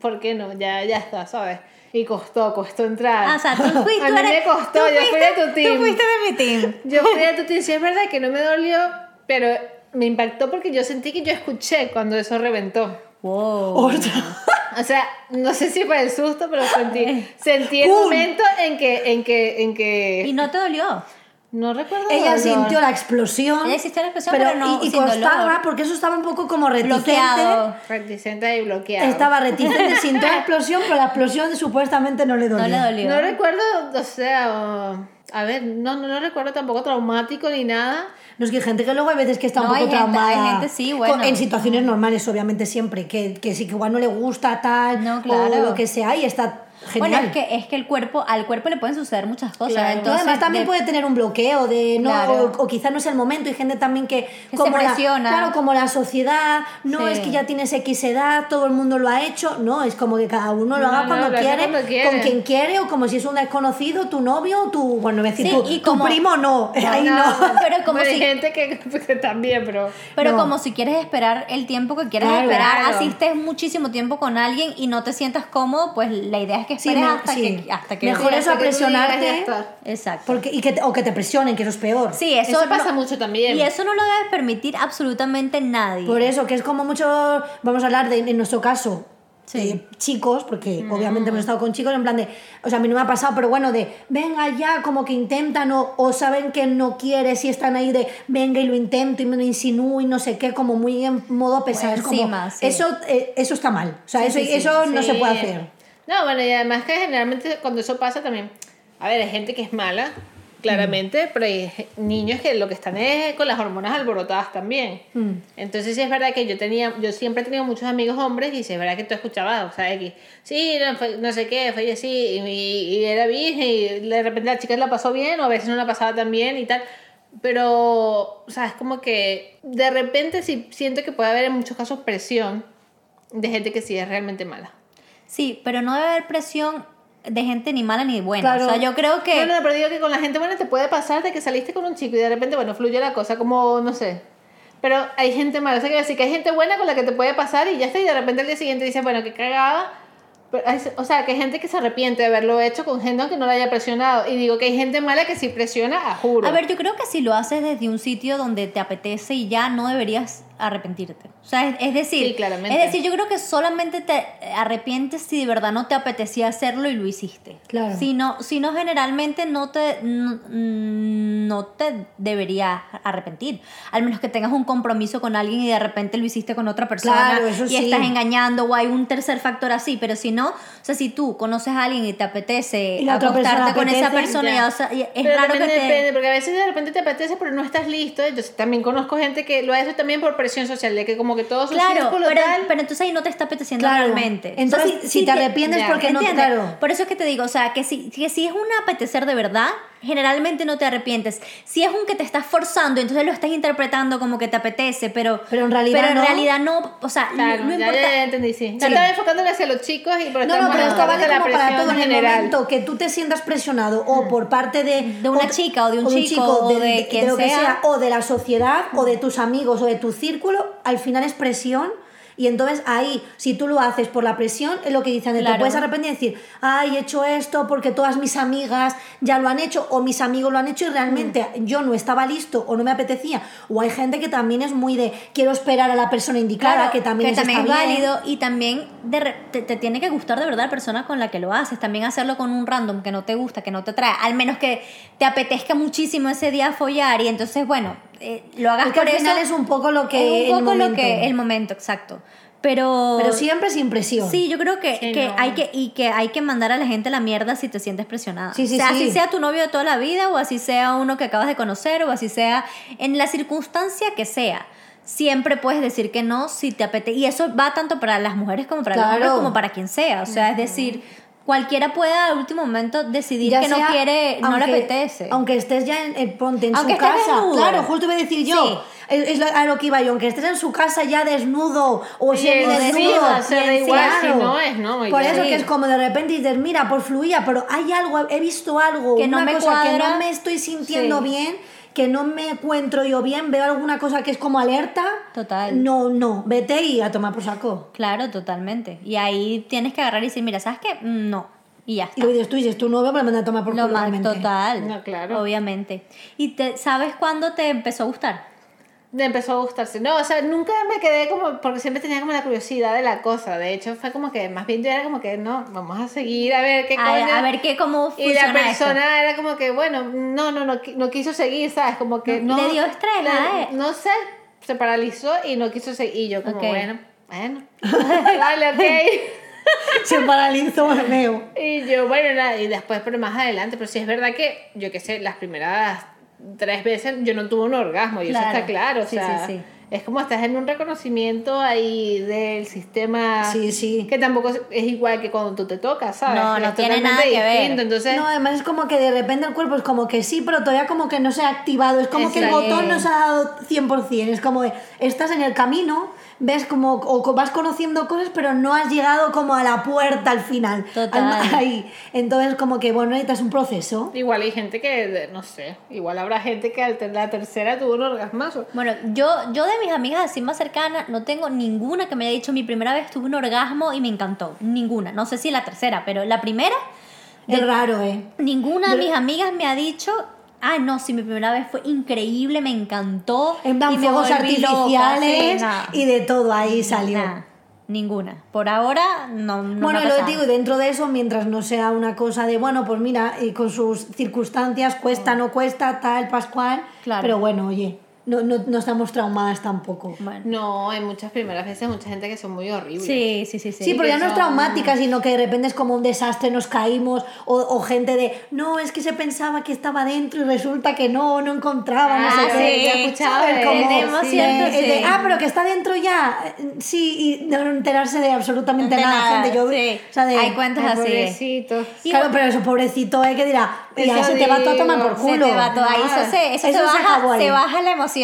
Speaker 2: ¿por qué no? Ya, ya está, ¿sabes? Y costó, costó entrar.
Speaker 1: Ah, o sea, tú fuiste.
Speaker 2: [LAUGHS] A
Speaker 1: tú
Speaker 2: mí me
Speaker 1: eres-
Speaker 2: costó,
Speaker 1: tú
Speaker 2: yo fui
Speaker 1: fuiste-
Speaker 2: de tu team.
Speaker 1: Tú
Speaker 3: Este
Speaker 1: fuiste de mi team.
Speaker 2: Yo fui a tu team, sí es verdad que no me dolió, pero me impactó porque yo sentí que yo escuché cuando eso reventó.
Speaker 1: Wow. [LAUGHS]
Speaker 3: [LAUGHS] Ostras. [LAUGHS]
Speaker 2: O sea, no sé si fue el susto, pero sentí, sentí el
Speaker 3: Cool.
Speaker 2: momento en que, en que, en
Speaker 1: Y
Speaker 2: que
Speaker 1: no te dolió.
Speaker 2: no recuerdo.
Speaker 3: Ella
Speaker 2: dolor.
Speaker 3: sintió la explosión.
Speaker 1: Ella sintió la explosión, pero no
Speaker 3: Y, y
Speaker 1: sin
Speaker 3: costaba,
Speaker 1: dolor.
Speaker 3: porque eso estaba un poco como reticente.
Speaker 1: Bloqueado.
Speaker 2: reticente y bloqueada.
Speaker 1: [LAUGHS]
Speaker 3: Estaba reticente, sintió la explosión, pero la explosión supuestamente no le
Speaker 1: No
Speaker 3: dolió.
Speaker 1: le dolió.
Speaker 2: No recuerdo, o sea, o- a ver, no, no lo recuerdo tampoco traumático ni nada.
Speaker 3: No es que hay gente que luego hay veces que está
Speaker 1: No,
Speaker 3: un poco
Speaker 1: hay gente-
Speaker 3: traumada.
Speaker 1: hay gente, sí, bueno.
Speaker 3: Con- En situaciones normales, obviamente, siempre. Que, que sí, que igual no le gusta tal
Speaker 1: No, claro.
Speaker 3: o lo que sea y está genial.
Speaker 1: Bueno, es que, es que el cuerpo, al cuerpo le pueden suceder muchas cosas.
Speaker 2: Claro.
Speaker 3: Tú
Speaker 1: Entonces,
Speaker 3: además también
Speaker 1: de-
Speaker 3: puede tener un bloqueo de no
Speaker 1: Claro.
Speaker 3: o, o quizá no es el momento. Hay gente también que,
Speaker 1: Que se
Speaker 3: la,
Speaker 1: presiona.
Speaker 3: claro, como la sociedad, no
Speaker 1: Sí.
Speaker 3: es que ya tienes X edad, todo el mundo lo ha hecho. No, es como que cada uno lo
Speaker 2: No,
Speaker 3: haga
Speaker 2: no,
Speaker 3: cuando,
Speaker 2: lo hace
Speaker 3: quiere,
Speaker 2: cuando quiere.
Speaker 3: con quien quiere, o como si es un desconocido, tu novio, tu bueno, es decir,
Speaker 1: Sí,
Speaker 3: tu,
Speaker 1: y
Speaker 3: tu
Speaker 1: como-
Speaker 3: primo no, [LAUGHS] ahí no.
Speaker 2: [LAUGHS]
Speaker 1: pero como
Speaker 2: Bueno,
Speaker 1: si-
Speaker 2: Hay gente que, [LAUGHS] pues, que también, pero...
Speaker 1: Pero
Speaker 3: No.
Speaker 1: como si quieres esperar el tiempo que quieres
Speaker 3: Claro.
Speaker 1: esperar,
Speaker 2: Claro.
Speaker 1: asistes muchísimo tiempo con alguien y no te sientas cómodo, pues la idea es que
Speaker 3: Sí,
Speaker 1: esperes
Speaker 3: me-
Speaker 1: hasta,
Speaker 3: sí.
Speaker 1: que, hasta que...
Speaker 3: Mejor
Speaker 2: Hasta
Speaker 3: eso a
Speaker 2: que tú digas, ya
Speaker 3: presionarte.
Speaker 2: está.
Speaker 1: Exacto.
Speaker 3: Porque, y que te- o que te presionen, que eso es peor.
Speaker 1: sí, eso,
Speaker 2: Eso
Speaker 1: no-
Speaker 2: pasa mucho también.
Speaker 1: Y eso no lo debes permitir absolutamente nadie.
Speaker 3: Por e- eso, que es como mucho, vamos a hablar de, en nuestro caso,
Speaker 1: Sí. Mm.
Speaker 3: eh, chicos, porque obviamente hemos estado con chicos en plan de, o sea, a mí no me ha pasado, pero bueno, de, venga ya, como que intentan o, o saben que no quieres y están ahí de, venga y lo intento y me lo insinúo y no sé qué, como muy en modo pesado. Es como,
Speaker 1: encima, sí.
Speaker 3: eso, eh, eso está mal, o sea, eso,
Speaker 1: sí, sí.
Speaker 3: eso no se
Speaker 2: Sí.
Speaker 3: puede hacer.
Speaker 2: No, bueno, y además que generalmente cuando eso pasa también, a ver, hay gente que es mala, claramente, pero hay ge- niños que lo que están es con las hormonas alborotadas también. Entonces sí es verdad que yo tenía, yo siempre he tenido muchos amigos hombres y sí es verdad que tú escuchabas, o sea, X, sí, no, fue- no sé qué, fue así, y, y era virgen y de repente la chica la pasó bien o a veces no la pasaba tan bien y tal. Pero, o sea, es como que de repente sí siento que puede haber en muchos casos presión de gente que sí es realmente mala.
Speaker 1: Sí, pero no debe haber presión de gente ni mala ni buena.
Speaker 3: Claro.
Speaker 1: O sea, yo creo que...
Speaker 2: No, no, pero digo que con la gente buena te puede pasar de que saliste con un chico y de repente, bueno, fluye la cosa como, no sé. Pero hay gente mala, o sea, que decir que hay gente buena con la que te puede pasar y ya está, y de repente al día siguiente dices, bueno, que cagada. Pero hay- o sea, que hay gente que se arrepiente de haberlo hecho con gente que no la haya presionado. Y digo que hay gente mala que sí presiona, a juro.
Speaker 1: A ver, yo creo que si lo haces desde un sitio donde te apetece y ya no deberías arrepentirte. O sea, es, es decir,
Speaker 2: Sí, claramente.
Speaker 1: es decir, yo creo que solamente te arrepientes si de verdad no te apetecía hacerlo y lo hiciste.
Speaker 3: Claro.
Speaker 1: Si no, si no generalmente no te no, mm, no te deberías arrepentir, al menos que tengas un compromiso con alguien y de repente lo hiciste con otra persona
Speaker 3: Claro, eso
Speaker 1: y
Speaker 3: sí.
Speaker 1: estás engañando o hay un tercer factor así, pero si no, o sea, si tú conoces a alguien y te apetece
Speaker 3: Y la otra persona
Speaker 1: acostarte con esa
Speaker 3: apetece,
Speaker 1: persona,
Speaker 2: ya.
Speaker 1: ya, o sea, y es
Speaker 2: Pero
Speaker 1: raro que
Speaker 2: también
Speaker 1: te
Speaker 2: depende, porque a veces de repente te apetece, pero no estás listo. Yo también conozco gente que lo hace también por presión social, de que como que todo su
Speaker 1: Claro,
Speaker 2: círculo
Speaker 1: pero,
Speaker 2: tal...
Speaker 1: pero entonces ahí no te está apeteciendo
Speaker 3: Claro.
Speaker 1: realmente.
Speaker 3: Entonces,
Speaker 1: O sea,
Speaker 3: si te arrepientes
Speaker 2: porque
Speaker 3: no-
Speaker 1: ¿entiendes?
Speaker 3: claro.
Speaker 1: Por eso es que te digo, o sea, que si, que si es un apetecer de verdad, generalmente no te arrepientes. Si es un que te estás forzando, entonces lo estás interpretando como que te apetece, pero,
Speaker 3: Pero en realidad
Speaker 1: pero en
Speaker 3: no.
Speaker 1: realidad no, o sea,
Speaker 2: Claro,
Speaker 1: lo, lo
Speaker 2: ya,
Speaker 1: importa-
Speaker 2: ya entendí, sí. Ya estaba enfocándole hacia los chicos y por
Speaker 3: No, no, pero esto vale como para todo. En el
Speaker 2: general.
Speaker 3: momento que tú te sientas presionado o por parte de...
Speaker 1: Mm. De una
Speaker 3: ot-
Speaker 1: chica o de un chico o de quien
Speaker 3: lo que
Speaker 1: sea. Mm.
Speaker 3: O de la sociedad o de tus amigos o de tu círculo, al final es presión. Y entonces ahí, si tú lo haces por la presión, es lo que dicen, te
Speaker 1: Claro.
Speaker 3: puedes arrepentir y decir, ay, he hecho esto porque todas mis amigas ya lo han hecho o mis amigos lo han hecho y realmente
Speaker 1: Mm.
Speaker 3: yo no estaba listo o no me apetecía. O hay gente que también es muy de, quiero esperar a la persona indicada,
Speaker 1: Claro,
Speaker 3: que también, eso
Speaker 1: es
Speaker 3: está bien.
Speaker 1: válido y también de re- te, te tiene que gustar de verdad la persona con la que lo haces. También hacerlo con un random que no te gusta, que no te trae, al menos que te apetezca muchísimo ese día follar y entonces, bueno, eh, lo hagas
Speaker 3: Es que al
Speaker 1: por eso.
Speaker 3: final es un poco lo que...
Speaker 1: es un poco
Speaker 3: el
Speaker 1: lo
Speaker 3: momento.
Speaker 1: que el momento, exacto. Pero,
Speaker 3: Pero siempre sin presión.
Speaker 1: sí, yo creo que,
Speaker 2: Sí,
Speaker 1: que
Speaker 2: no.
Speaker 1: hay que y que hay que mandar a la gente a la mierda si te sientes presionada.
Speaker 3: Sí, sí,
Speaker 1: o sea,
Speaker 3: sí.
Speaker 1: así sea tu novio de toda la vida o así sea uno que acabas de conocer o así sea en la circunstancia que sea. Siempre puedes decir que no si te apetece. Y eso va tanto para las mujeres como para los
Speaker 3: Claro.
Speaker 1: hombres, como para quien sea. O sea, es decir, cualquiera puede al último momento decidir
Speaker 3: Ya
Speaker 1: que no
Speaker 3: sea,
Speaker 1: quiere, no le
Speaker 3: aunque-
Speaker 1: apetece.
Speaker 3: Aunque estés ya en, en- ponte en
Speaker 1: Aunque
Speaker 3: su
Speaker 1: estés
Speaker 3: casa.
Speaker 1: desnudo.
Speaker 3: Claro, justo iba a decir yo.
Speaker 1: Sí.
Speaker 3: Es, es lo- a lo que iba yo. Aunque estés en su casa ya desnudo o
Speaker 2: Sí,
Speaker 3: semidesnudo.
Speaker 2: encima, se da
Speaker 3: y
Speaker 2: igual,
Speaker 3: claro.
Speaker 2: si no es, no, y
Speaker 3: Por
Speaker 2: ya.
Speaker 3: eso
Speaker 1: Sí.
Speaker 3: que es como de repente dices, mira, por fluía, pero hay algo, he visto algo,
Speaker 1: Que no
Speaker 3: una
Speaker 1: me
Speaker 3: cosa que
Speaker 1: cuadra.
Speaker 3: no me estoy sintiendo
Speaker 2: Sí.
Speaker 3: bien, que no me encuentro yo bien, veo alguna cosa que es como alerta.
Speaker 1: Total.
Speaker 3: No, no, vete y a tomar por saco.
Speaker 1: Claro, totalmente. Y ahí tienes que agarrar y decir, mira, ¿sabes qué? Mm, No. Y ya
Speaker 3: Y
Speaker 1: está.
Speaker 3: lo dices tú y dices, tu novio me lo manda a tomar por
Speaker 1: Lo
Speaker 3: culo
Speaker 1: más
Speaker 3: realmente.
Speaker 1: total.
Speaker 2: No, claro.
Speaker 1: Obviamente. ¿Y te, sabes cuándo te empezó a gustar?
Speaker 2: Me empezó a gustarse. No, o sea, nunca me quedé como, porque siempre tenía como la curiosidad de la cosa. De hecho, fue como que más bien yo era como que, no, vamos a seguir a ver qué coño.
Speaker 1: A, a ver qué cómo
Speaker 2: Y la
Speaker 1: funciona esto.
Speaker 2: persona era como que, bueno, no, no, no, qui- no quiso seguir, ¿sabes? Como que
Speaker 1: No,
Speaker 2: no.
Speaker 1: le dio estrés,
Speaker 2: le-
Speaker 1: ah, eh.
Speaker 2: No sé, se paralizó y no quiso seguir. Y yo,
Speaker 1: [LAUGHS]
Speaker 2: como, [LAUGHS]
Speaker 1: Ok.
Speaker 2: bueno, bueno. Vale, ok.
Speaker 3: [LAUGHS] se paralizó el meo.
Speaker 2: Y yo, bueno, nada, y después, pero más adelante, pero sí es verdad que, yo qué sé, las primeras tres veces yo no tuve un orgasmo, y eso
Speaker 1: Claro.
Speaker 2: está claro, o
Speaker 1: Sí,
Speaker 2: sea,
Speaker 1: sí, sí.
Speaker 2: es como estás en un reconocimiento ahí del sistema
Speaker 3: Sí, sí.
Speaker 2: que tampoco es- es igual que cuando tú te tocas, ¿sabes?
Speaker 1: No,
Speaker 2: Es
Speaker 1: no tiene
Speaker 2: totalmente
Speaker 1: nada que ver.
Speaker 2: distinto, Entonces,
Speaker 3: No, además es como que de repente el cuerpo es como que sí, pero todavía como que no se ha activado. Es como que el
Speaker 2: Exacto.
Speaker 3: botón no se ha dado 100%. Es como de, estás en el camino, ves como, o co- vas conociendo cosas, pero no has llegado como a la puerta al final.
Speaker 1: Total.
Speaker 3: Al- ahí. Entonces como que, bueno, necesitas un proceso.
Speaker 2: igual hay gente que, de- no sé, igual habrá gente que al ter- la tercera tuvo un orgasmazo.
Speaker 1: Bueno, yo, yo de mis amigas así más cercanas no tengo ninguna que me haya dicho mi primera vez tuve un orgasmo y me encantó. Ninguna. No sé si la tercera, pero la primera,
Speaker 3: Es raro, ¿eh?
Speaker 1: ninguna de mis amigas me ha dicho, ah, no, sí, mi primera vez fue increíble, me encantó.
Speaker 3: En plan,
Speaker 1: y me
Speaker 3: fuegos
Speaker 1: volví loca". Sí,
Speaker 3: artificiales
Speaker 1: nada.
Speaker 3: y de todo ahí salió.
Speaker 1: Nah, ninguna. Por ahora, no. no
Speaker 3: Bueno,
Speaker 1: me ha
Speaker 3: lo
Speaker 1: pasado.
Speaker 3: digo, y dentro de eso, mientras no sea una cosa de, bueno, pues mira, y con sus circunstancias, cuesta, no cuesta, tal, Pascual.
Speaker 1: Claro.
Speaker 3: Pero bueno, oye, no, no, no estamos traumadas tampoco.
Speaker 1: Bueno.
Speaker 2: No, hay muchas primeras veces, mucha gente que son muy horribles.
Speaker 1: Sí, sí, sí, sí.
Speaker 3: Sí, pero
Speaker 2: que
Speaker 3: ya no es
Speaker 2: son-
Speaker 3: traumática, sino que de repente es como un desastre, nos caímos, o, o gente de, no, es que se pensaba que estaba dentro y resulta que no, no encontraba, no sé
Speaker 1: Ah,
Speaker 3: qué".
Speaker 1: sí,
Speaker 2: ya he escuchado
Speaker 1: ¿sabes?
Speaker 2: de-
Speaker 1: Como-
Speaker 2: de-
Speaker 1: sí,
Speaker 3: Eh,
Speaker 1: sí.
Speaker 3: eh, de, ah, pero que está dentro ya. eh, Sí, y no enterarse de absolutamente
Speaker 1: De
Speaker 3: nada,
Speaker 1: nada,
Speaker 3: gente. Yo,
Speaker 1: sí.
Speaker 3: o sea, de-
Speaker 1: Hay cuentas
Speaker 2: Ay,
Speaker 1: así.
Speaker 2: pobrecitos.
Speaker 1: Y
Speaker 3: claro,
Speaker 1: bueno-
Speaker 3: pero eso pobrecito, ¿eh? Que dirá, y
Speaker 2: Eso
Speaker 3: se te va todo a tomar por
Speaker 2: digo,
Speaker 1: Se
Speaker 3: culo.
Speaker 1: te va todo ahí.
Speaker 2: Ah,
Speaker 1: Eso se, eso
Speaker 3: eso
Speaker 1: se
Speaker 3: se
Speaker 1: baja,
Speaker 3: acabó
Speaker 1: se,
Speaker 3: ahí.
Speaker 1: baja la emoción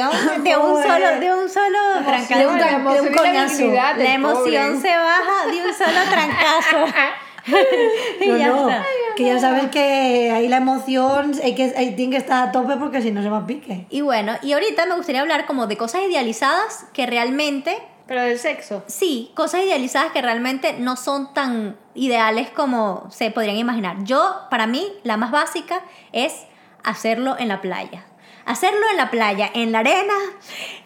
Speaker 1: de un
Speaker 3: Joder.
Speaker 1: solo, de un solo trancazo.
Speaker 3: de un
Speaker 2: La
Speaker 3: tra- de
Speaker 2: emoción
Speaker 3: un
Speaker 2: y la
Speaker 3: coñazo.
Speaker 2: dignidad del
Speaker 1: La emoción
Speaker 2: pobre.
Speaker 1: se baja de un solo trancazo.
Speaker 3: [LAUGHS]
Speaker 1: [LAUGHS] y
Speaker 3: [LAUGHS]
Speaker 1: [LAUGHS]
Speaker 3: No,
Speaker 1: ya
Speaker 3: no,
Speaker 1: está.
Speaker 3: que ya sabes que ahí la emoción hay que, ahí tiene que estar a tope porque si no se va a pique.
Speaker 1: Y bueno, y ahorita me gustaría hablar como de cosas idealizadas que realmente,
Speaker 2: Pero del sexo.
Speaker 1: sí, cosas idealizadas que realmente no son tan ideales como se podrían imaginar. Yo, para mí, la más básica es hacerlo en la playa. Hacerlo en la playa, en la arena,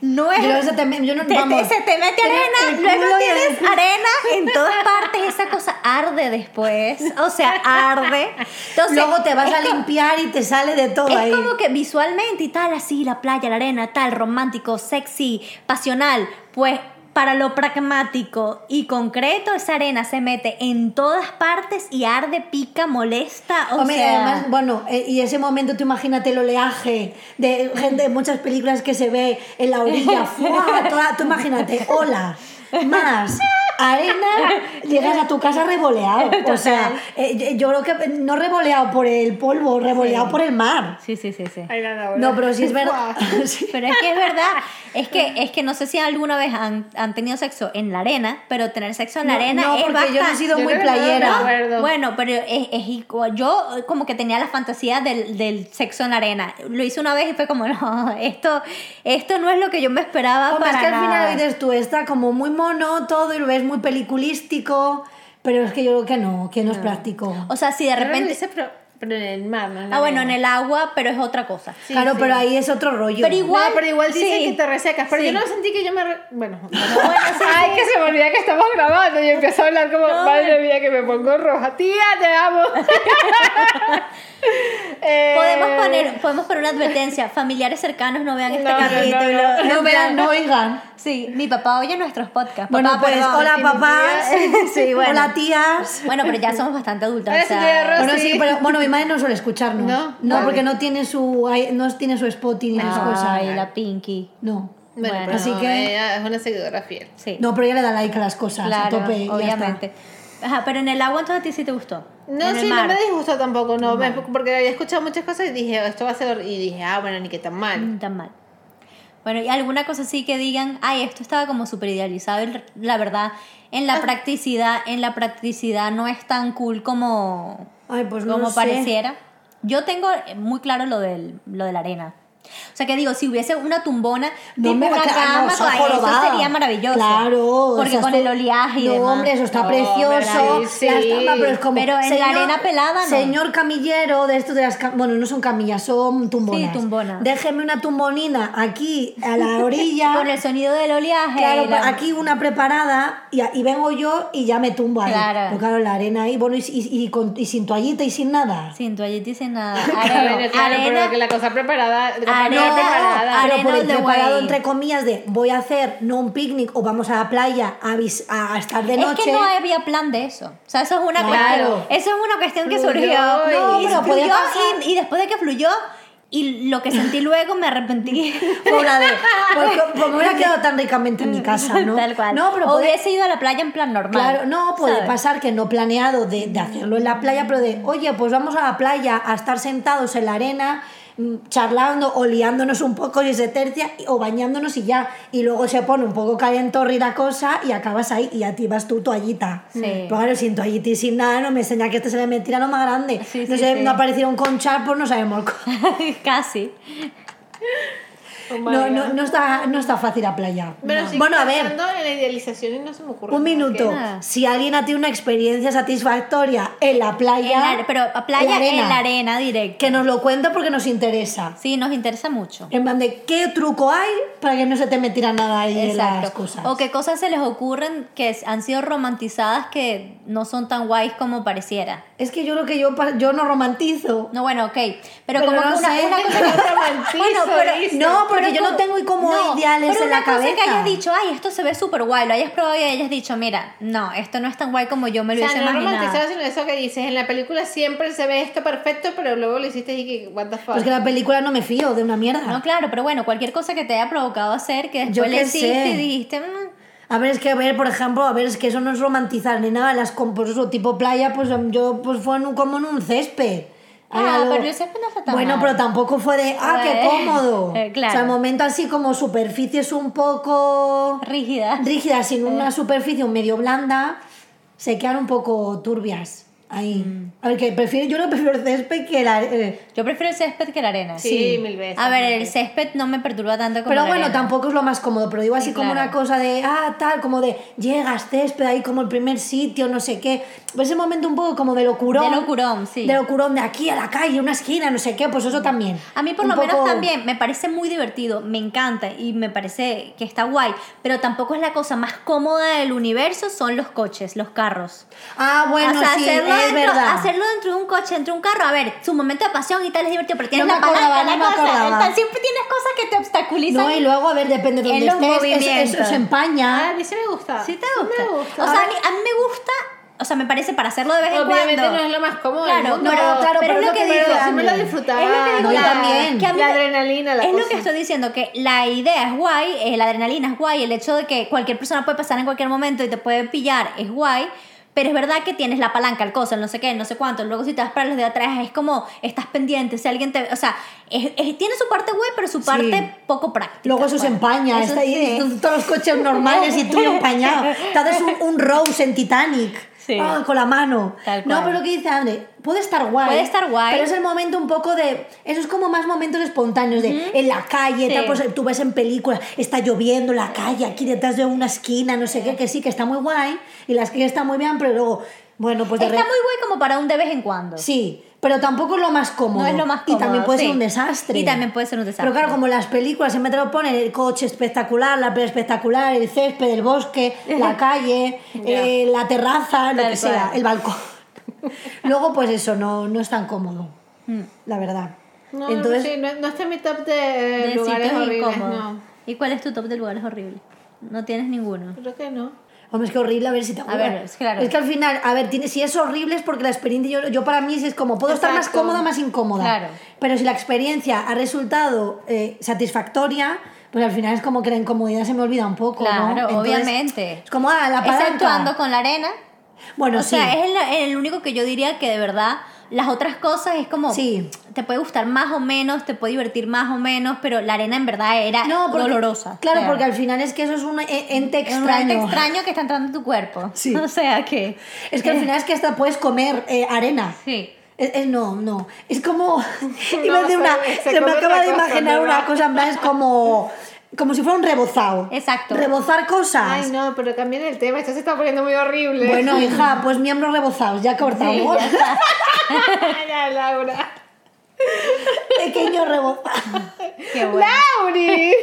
Speaker 1: no es...
Speaker 3: Yo, se te- yo no-
Speaker 1: Te- te-
Speaker 3: vamos,
Speaker 1: se te mete
Speaker 3: Pero
Speaker 1: arena,
Speaker 3: el
Speaker 1: luego
Speaker 3: culo y el
Speaker 1: tienes arena en todas partes, esa cosa arde después, o sea, arde. Entonces,
Speaker 3: luego te vas
Speaker 1: es
Speaker 3: a
Speaker 1: como-
Speaker 3: limpiar y te sale de todo ahí.
Speaker 1: Es como que visualmente y tal, así, la playa, la arena, tal, romántico, sexy, pasional, pues para lo pragmático y concreto, esa arena se mete en todas partes y arde, pica, molesta, o
Speaker 3: Hombre, y
Speaker 1: sea...
Speaker 3: además, bueno, eh, y ese momento tú imagínate el oleaje de gente de muchas películas que se ve en la
Speaker 1: [LAUGHS]
Speaker 3: orilla, ¡fua! Toda- tú imagínate, ola, más, arena, llegas a tu casa revoleado. O sea, eh, yo yo creo que no revoleado por el polvo, revoleado por el mar.
Speaker 1: Sí, sí, sí, sí.
Speaker 2: Ay, no, no,
Speaker 3: No, pero sí
Speaker 2: [LAUGHS]
Speaker 3: es verdad. [LAUGHS] Sí.
Speaker 1: Pero es que es verdad, es
Speaker 3: [LAUGHS]
Speaker 1: que, es que no sé si alguna vez han, han tenido sexo en la arena, pero tener sexo en la
Speaker 3: No,
Speaker 1: arena
Speaker 3: no,
Speaker 1: es
Speaker 3: porque yo no he
Speaker 1: bastante-
Speaker 3: sido
Speaker 2: Yo
Speaker 3: muy
Speaker 2: creo que no,
Speaker 3: playera.
Speaker 2: no, acuerdo.
Speaker 1: Bueno, pero es, es igual. Yo eh, como que tenía la fantasía del, del sexo en la arena. Lo hice una vez y fue como, no, esto, esto no es lo que yo me esperaba
Speaker 3: Hombre, es
Speaker 1: para
Speaker 3: que al
Speaker 1: nada.
Speaker 3: final dices tú, está como muy mono todo y lo ves muy peliculístico, pero es que yo creo que no, que no, es práctico.
Speaker 1: O sea, si de
Speaker 2: Yo creo que lo
Speaker 1: repente...
Speaker 2: hice, pero, pero en el mar, no en la
Speaker 1: Ah, bueno, en
Speaker 2: arena.
Speaker 1: el agua, pero es otra cosa.
Speaker 2: Sí,
Speaker 3: claro,
Speaker 2: sí.
Speaker 3: pero ahí es otro rollo.
Speaker 1: Pero
Speaker 3: [LAUGHS]
Speaker 2: No,
Speaker 1: igual,
Speaker 2: pero igual dicen
Speaker 1: sí.
Speaker 2: que te resecas. Pero
Speaker 1: Sí.
Speaker 2: yo no sentí que yo me. re-
Speaker 1: [LAUGHS]
Speaker 2: Bueno, ay, que se me olvida que estamos grabando. Y empiezo a hablar como, madre mía, que me pongo roja. Tía, te
Speaker 1: [LAUGHS]
Speaker 2: amo. Eh,
Speaker 1: Podemos poner, podemos poner una advertencia. Familiares cercanos no vean este
Speaker 2: No, no, no,
Speaker 1: capítulo.
Speaker 2: no.
Speaker 1: En
Speaker 3: no
Speaker 1: plan,
Speaker 3: vean, no oigan.
Speaker 1: Sí, mi papá oye nuestros podcasts.
Speaker 3: Bueno,
Speaker 1: Papá,
Speaker 3: pues
Speaker 1: perdón.
Speaker 3: hola
Speaker 2: sí, mi
Speaker 3: [LAUGHS] papás,
Speaker 1: tía. Sí, bueno.
Speaker 3: hola tías.
Speaker 1: Bueno, pero
Speaker 2: [LAUGHS]
Speaker 1: ya somos bastante adultos.
Speaker 2: Ahora
Speaker 1: o
Speaker 2: sí
Speaker 1: sea,
Speaker 2: te agarro.
Speaker 3: Bueno, sí,
Speaker 2: sí.
Speaker 3: pero bueno, mi madre no suele escucharnos.
Speaker 2: No,
Speaker 3: no
Speaker 2: vale.
Speaker 3: porque no tiene su no tiene su Spotify ni
Speaker 1: Ah,
Speaker 3: sus cosas.
Speaker 1: Ay, la Pinky.
Speaker 3: No.
Speaker 2: Bueno,
Speaker 1: Bueno,
Speaker 2: pero
Speaker 3: así
Speaker 2: no,
Speaker 3: que-
Speaker 2: ella es una seguidora fiel.
Speaker 1: Sí.
Speaker 3: No, pero ella le da like a las cosas, a
Speaker 1: claro,
Speaker 3: tope. y ya
Speaker 1: obviamente. Ajá, pero en el agua entonces a ti sí te gustó.
Speaker 2: No,
Speaker 1: En el
Speaker 2: sí, no
Speaker 1: mar.
Speaker 2: me disgustó tampoco, no, me- porque había escuchado muchas cosas y dije, "Oh, esto va a ser. Y dije, ah, bueno, ni que tan mal.
Speaker 1: Mm, Tan mal. Bueno, y alguna cosa sí que digan, ay, esto estaba como súper idealizado, y la verdad, en
Speaker 2: Ah.
Speaker 1: la practicidad, en la practicidad no es tan cool como,
Speaker 3: está. Ay, pues no
Speaker 1: como
Speaker 3: lo sé.
Speaker 1: pareciera. Yo tengo muy claro lo, del, lo de la arena. O sea que digo, si hubiese una tumbona,
Speaker 3: No
Speaker 1: tipo
Speaker 3: me
Speaker 1: una
Speaker 3: claro,
Speaker 1: cama,
Speaker 3: no,
Speaker 1: con- eso
Speaker 3: jorobada.
Speaker 1: sería maravilloso.
Speaker 3: Claro,
Speaker 1: Porque
Speaker 3: esas
Speaker 1: con
Speaker 3: co-
Speaker 1: el oleaje y
Speaker 3: No,
Speaker 1: demás.
Speaker 3: hombre, eso está
Speaker 2: No,
Speaker 3: precioso.
Speaker 2: hombre, sí,
Speaker 3: la
Speaker 2: sí.
Speaker 3: estampa, pero es como.
Speaker 1: Pero en la arena pelada, no.
Speaker 3: Señor camillero de estos de las. cam- Bueno, no son camillas, son tumbonas.
Speaker 1: Sí, tumbonas.
Speaker 3: Déjeme una tumbonina aquí,
Speaker 1: [LAUGHS]
Speaker 3: a la orilla.
Speaker 1: Con el sonido del oleaje.
Speaker 3: Claro,
Speaker 1: y la-
Speaker 3: aquí una preparada y, y vengo yo y ya me tumbo ahí.
Speaker 1: Claro.
Speaker 3: Pero claro, la arena ahí, bueno, y, y- y con- y sin toallita y sin nada.
Speaker 1: Sin toallita y sin nada.
Speaker 2: Claro,
Speaker 1: Arena.
Speaker 2: claro,
Speaker 1: arena.
Speaker 2: pero que la cosa preparada, como preparado,
Speaker 1: Arena,
Speaker 2: preparada.
Speaker 1: arena
Speaker 3: pero por el
Speaker 1: all the
Speaker 3: preparado
Speaker 1: way.
Speaker 3: entre comillas de voy a hacer no un picnic o vamos a la playa a, vis- a- a estar de noche.
Speaker 1: Es que no había plan de eso. O sea, eso es una
Speaker 2: Claro.
Speaker 1: cuestión. Eso es una cuestión que
Speaker 2: Fluyó
Speaker 1: surgió.
Speaker 2: y-
Speaker 1: No,
Speaker 2: y
Speaker 1: pero
Speaker 3: podía
Speaker 1: fluyó
Speaker 3: pasar.
Speaker 1: y, y después de que fluyó y lo que sentí luego me [LAUGHS] arrepentí.
Speaker 3: Por la de, [LAUGHS] porque como hubiera quedado tan ricamente [LAUGHS] en mi
Speaker 1: [LAUGHS]
Speaker 3: casa, ¿no?
Speaker 1: Tal cual.
Speaker 3: No, pero
Speaker 1: O
Speaker 3: puede,
Speaker 1: hubiese ido a la playa en plan normal.
Speaker 3: claro, no, puede
Speaker 1: ¿sabes?
Speaker 3: pasar que no planeado de, de hacerlo en la playa, pero de, oye, pues vamos a la playa a estar sentados en la arena, mm, charlando o liándonos un poco si se tercia, y- o bañándonos y ya. Y luego se pone un poco calentorri la cosa y acabas ahí y activas tu toallita.
Speaker 1: Sí.
Speaker 3: Pero claro, sin toallita y sin nada, no me enseña que este se le mentira lo más grande.
Speaker 1: Sí,
Speaker 3: no
Speaker 1: sí,
Speaker 3: sé,
Speaker 1: sí.
Speaker 3: no aparecieron con charpos, pues no sabemos cómo.
Speaker 1: [LAUGHS] Casi.
Speaker 2: Oh my
Speaker 3: No, no,
Speaker 2: God.
Speaker 3: no, está, no está fácil la playa.
Speaker 2: Pero
Speaker 3: No.
Speaker 2: sigo
Speaker 3: Bueno, a ver,
Speaker 2: pensando en la idealización y no se me ocurre.
Speaker 3: un minuto.
Speaker 1: nada.
Speaker 3: Si alguien ha tenido una experiencia satisfactoria en la playa,
Speaker 1: En la- pero a playa
Speaker 3: en la arena,
Speaker 1: arena directa.
Speaker 3: que nos lo cuente porque nos interesa.
Speaker 1: Sí, nos interesa mucho.
Speaker 3: En plan de qué truco hay para que no se te metiera nada ahí en las cosas.
Speaker 1: O qué cosas se les ocurren que han sido romantizadas que no son tan guays como pareciera.
Speaker 3: Es que yo creo que yo, pa- yo no romantizo.
Speaker 1: No, bueno, ok. Pero,
Speaker 3: Pero
Speaker 1: como
Speaker 3: no
Speaker 1: que una, [LAUGHS]
Speaker 3: sé.
Speaker 1: una cosa que-
Speaker 2: Bueno,
Speaker 1: pero-
Speaker 3: No, porque yo no
Speaker 1: como-
Speaker 3: tengo como
Speaker 1: no,
Speaker 3: ideales
Speaker 1: pero
Speaker 3: en la
Speaker 1: una cosa que
Speaker 3: cabeza.
Speaker 1: hayas dicho, ay, esto se ve súper guay, lo hayas probado y hayas dicho, mira, no, esto no es tan guay como yo me
Speaker 2: O
Speaker 1: lo
Speaker 2: sea,
Speaker 1: hubiese
Speaker 2: no romantizado,
Speaker 1: imaginado.
Speaker 2: sino eso que dices. En la película siempre se ve esto perfecto, pero luego lo hiciste y que, what the fuck.
Speaker 3: Pues que la película no me fío de una mierda.
Speaker 1: No, claro, pero bueno, cualquier cosa que te haya provocado hacer, que
Speaker 3: Yo
Speaker 1: después le
Speaker 3: qué
Speaker 1: hiciste
Speaker 3: sé.
Speaker 1: y dijiste, "Mm,
Speaker 3: A ver, es que a ver, por ejemplo, a ver, es que eso no es romantizar ni nada. Las com- pues eso, tipo playa, pues em, yo pues fue en un- como en un césped.
Speaker 1: Ah, pero el césped no está tan
Speaker 3: Bueno,
Speaker 1: mal.
Speaker 3: pero tampoco fue de, ah, qué
Speaker 1: Eh,
Speaker 3: cómodo.
Speaker 1: eh, claro.
Speaker 3: O sea, el momento así como superficies un poco
Speaker 1: rígida.
Speaker 3: rígidas, sin una superficie medio blanda, se quedan un poco turbias ahí.
Speaker 1: Mm.
Speaker 3: A ver, que prefiero, yo no prefiero el césped que la... eh,
Speaker 1: Yo prefiero el césped que la arena.
Speaker 2: sí,
Speaker 3: sí.
Speaker 2: mil veces.
Speaker 1: A ver,
Speaker 2: mil
Speaker 1: el
Speaker 2: veces.
Speaker 1: césped no me perturba tanto como
Speaker 3: Pero
Speaker 1: la
Speaker 3: bueno,
Speaker 1: arena.
Speaker 3: tampoco es lo más cómodo, pero digo así
Speaker 1: Sí,
Speaker 3: como
Speaker 1: claro.
Speaker 3: una cosa de, ah, tal, como de, llegas, césped, ahí como el primer sitio, no sé qué. Pues ese momento un poco como de locurón.
Speaker 1: De locurón, sí.
Speaker 3: De locurón, de aquí a la calle, una esquina, no sé qué, pues eso también.
Speaker 1: A mí por
Speaker 3: Un
Speaker 1: lo menos
Speaker 3: poco-
Speaker 1: también me parece muy divertido, me encanta y me parece que está guay, pero tampoco es la cosa más cómoda del universo, son los coches, los carros.
Speaker 3: Ah,
Speaker 1: o
Speaker 3: bueno,
Speaker 1: sea,
Speaker 3: sí,
Speaker 1: hacerlo,
Speaker 3: es
Speaker 1: dentro,
Speaker 3: verdad.
Speaker 1: hacerlo dentro de un coche, dentro de un carro, a ver, su momento de pasión y tal es divertido, pero tienes
Speaker 3: No me
Speaker 1: la palanca,
Speaker 3: acordaba,
Speaker 1: la
Speaker 3: no me
Speaker 1: cosa,
Speaker 3: acordaba.
Speaker 1: entonces siempre tienes cosas que te obstaculizan.
Speaker 3: No, y luego, a ver, depende de
Speaker 1: En
Speaker 3: dónde
Speaker 1: los
Speaker 3: estés, es-
Speaker 1: movimientos.
Speaker 3: eso se
Speaker 2: Ah, a
Speaker 3: empaña.
Speaker 2: mí sí me gusta.
Speaker 1: Sí te
Speaker 2: Sí
Speaker 1: gusta.
Speaker 2: me gusta.
Speaker 1: O sea, a mí, a mí me gusta, o sea, me parece para hacerlo de vez en
Speaker 2: Obviamente
Speaker 1: cuando.
Speaker 2: no es lo más cómodo del
Speaker 1: Claro,
Speaker 2: mundo,
Speaker 1: pero,
Speaker 3: claro,
Speaker 1: pero
Speaker 3: pero
Speaker 1: es lo
Speaker 3: no
Speaker 1: que
Speaker 3: primero,
Speaker 1: digo.
Speaker 2: sí me lo
Speaker 1: Es
Speaker 2: disfrutaba.
Speaker 1: lo que digo,
Speaker 3: Yo
Speaker 1: la-
Speaker 3: también.
Speaker 1: que a mí
Speaker 2: La
Speaker 1: me-
Speaker 2: adrenalina, la
Speaker 1: Es lo
Speaker 2: cosa.
Speaker 1: que estoy diciendo, que la idea es guay, eh, la adrenalina es guay, el hecho de que cualquier persona puede pasar en cualquier momento y te puede pillar es guay. Pero es verdad que tienes la palanca, el cosa, el no sé qué, el no sé cuánto. Luego si te vas para los de atrás es como estás pendiente, si alguien te... O sea, es- es- tiene su parte guay, pero su parte poco práctica.
Speaker 3: Luego eso se
Speaker 1: pues.
Speaker 3: empaña,
Speaker 1: Eso
Speaker 3: está ahí,
Speaker 1: sí.
Speaker 3: todos los coches normales y tú
Speaker 1: [LAUGHS]
Speaker 3: empañado. Te haces un, un Rose en Titanic
Speaker 1: Sí.
Speaker 3: ah, con la mano.
Speaker 1: Tal
Speaker 3: No,
Speaker 1: cual.
Speaker 3: pero lo que dice André, puede estar guay.
Speaker 1: Puede estar guay.
Speaker 3: Pero es el momento un poco de. Eso es como más momentos espontáneos, de en la calle,
Speaker 1: Sí.
Speaker 3: tal, pues, tú ves en películas, está lloviendo la calle, aquí detrás de una esquina, no sé qué, que sí, que está muy guay y la esquina está muy bien, pero luego, bueno, pues de
Speaker 1: Está muy
Speaker 3: re-
Speaker 1: guay como para un de vez en cuando.
Speaker 3: Sí, pero tampoco es lo más cómodo.
Speaker 1: No es lo más
Speaker 3: Y también
Speaker 1: cómodo,
Speaker 3: puede ser
Speaker 1: sí.
Speaker 3: un desastre.
Speaker 1: Y también puede ser un desastre.
Speaker 3: Pero claro, como las películas siempre te lo ponen, el coche espectacular, la playa espectacular, el césped, el bosque, la calle, eh, la terraza, lo
Speaker 1: Tal
Speaker 3: que sea,
Speaker 1: cual.
Speaker 3: el balcón. Luego, pues eso, no, no es tan cómodo,
Speaker 1: Mm.
Speaker 3: la verdad.
Speaker 2: No,
Speaker 3: Entonces,
Speaker 2: sí, no, no está en mi top de,
Speaker 1: De
Speaker 2: lugares
Speaker 1: sitios
Speaker 2: horribles,
Speaker 1: incómodos.
Speaker 2: no.
Speaker 1: ¿Y cuál es tu top de lugares horribles? No tienes ninguno.
Speaker 2: Creo que no.
Speaker 3: Hombre, es que horrible a ver si te acuerdas.
Speaker 1: ver, es claro.
Speaker 3: que al final, a ver, tiene, si es horrible es porque la experiencia, yo, yo para mí sí es como, puedo estar más
Speaker 2: Exacto.
Speaker 3: cómoda, más incómoda.
Speaker 1: Claro.
Speaker 3: Pero si la experiencia ha resultado eh, satisfactoria, pues al final es como que la incomodidad se me olvida un poco. ¿no?
Speaker 1: Claro,
Speaker 3: Entonces,
Speaker 1: obviamente.
Speaker 3: Es como, ah, la palanca.
Speaker 1: Exceptuando con la arena.
Speaker 3: Bueno,
Speaker 1: o
Speaker 3: sí.
Speaker 1: sea, es el, el único que yo diría que de verdad las otras cosas es como
Speaker 3: Sí.
Speaker 1: te puede gustar más o menos, te puede divertir más o menos, pero la arena en verdad era
Speaker 3: porque-
Speaker 1: dolorosa.
Speaker 3: Claro,
Speaker 1: O sea,
Speaker 3: porque al final es que eso es un e- ente
Speaker 1: es un ente
Speaker 3: extraño.
Speaker 1: extraño que está entrando en tu cuerpo.
Speaker 3: Sí.
Speaker 1: [LAUGHS] O sea que
Speaker 3: Es que al final es que hasta puedes comer eh, arena.
Speaker 1: sí.
Speaker 3: Es- es- no, no. Es como. [LAUGHS] iba a decir
Speaker 2: No,
Speaker 3: una.
Speaker 2: se- se
Speaker 3: Se me
Speaker 2: come
Speaker 3: acaba
Speaker 2: otra
Speaker 3: de
Speaker 2: cosa,
Speaker 3: imaginar
Speaker 2: ¿verdad?
Speaker 3: una cosa en plan, Es como. Como si fuera un rebozado.
Speaker 1: Exacto.
Speaker 3: Rebozar cosas.
Speaker 2: Ay, no, pero cambien el tema, esto se está poniendo muy horrible.
Speaker 3: Bueno, hija, pues miembros rebozados, ya cortamos.
Speaker 2: [LAUGHS]
Speaker 3: [LAUGHS]
Speaker 2: ya, Laura.
Speaker 3: Pequeño rebozado. [LAUGHS]
Speaker 1: Qué bueno.
Speaker 2: ¡Lauri!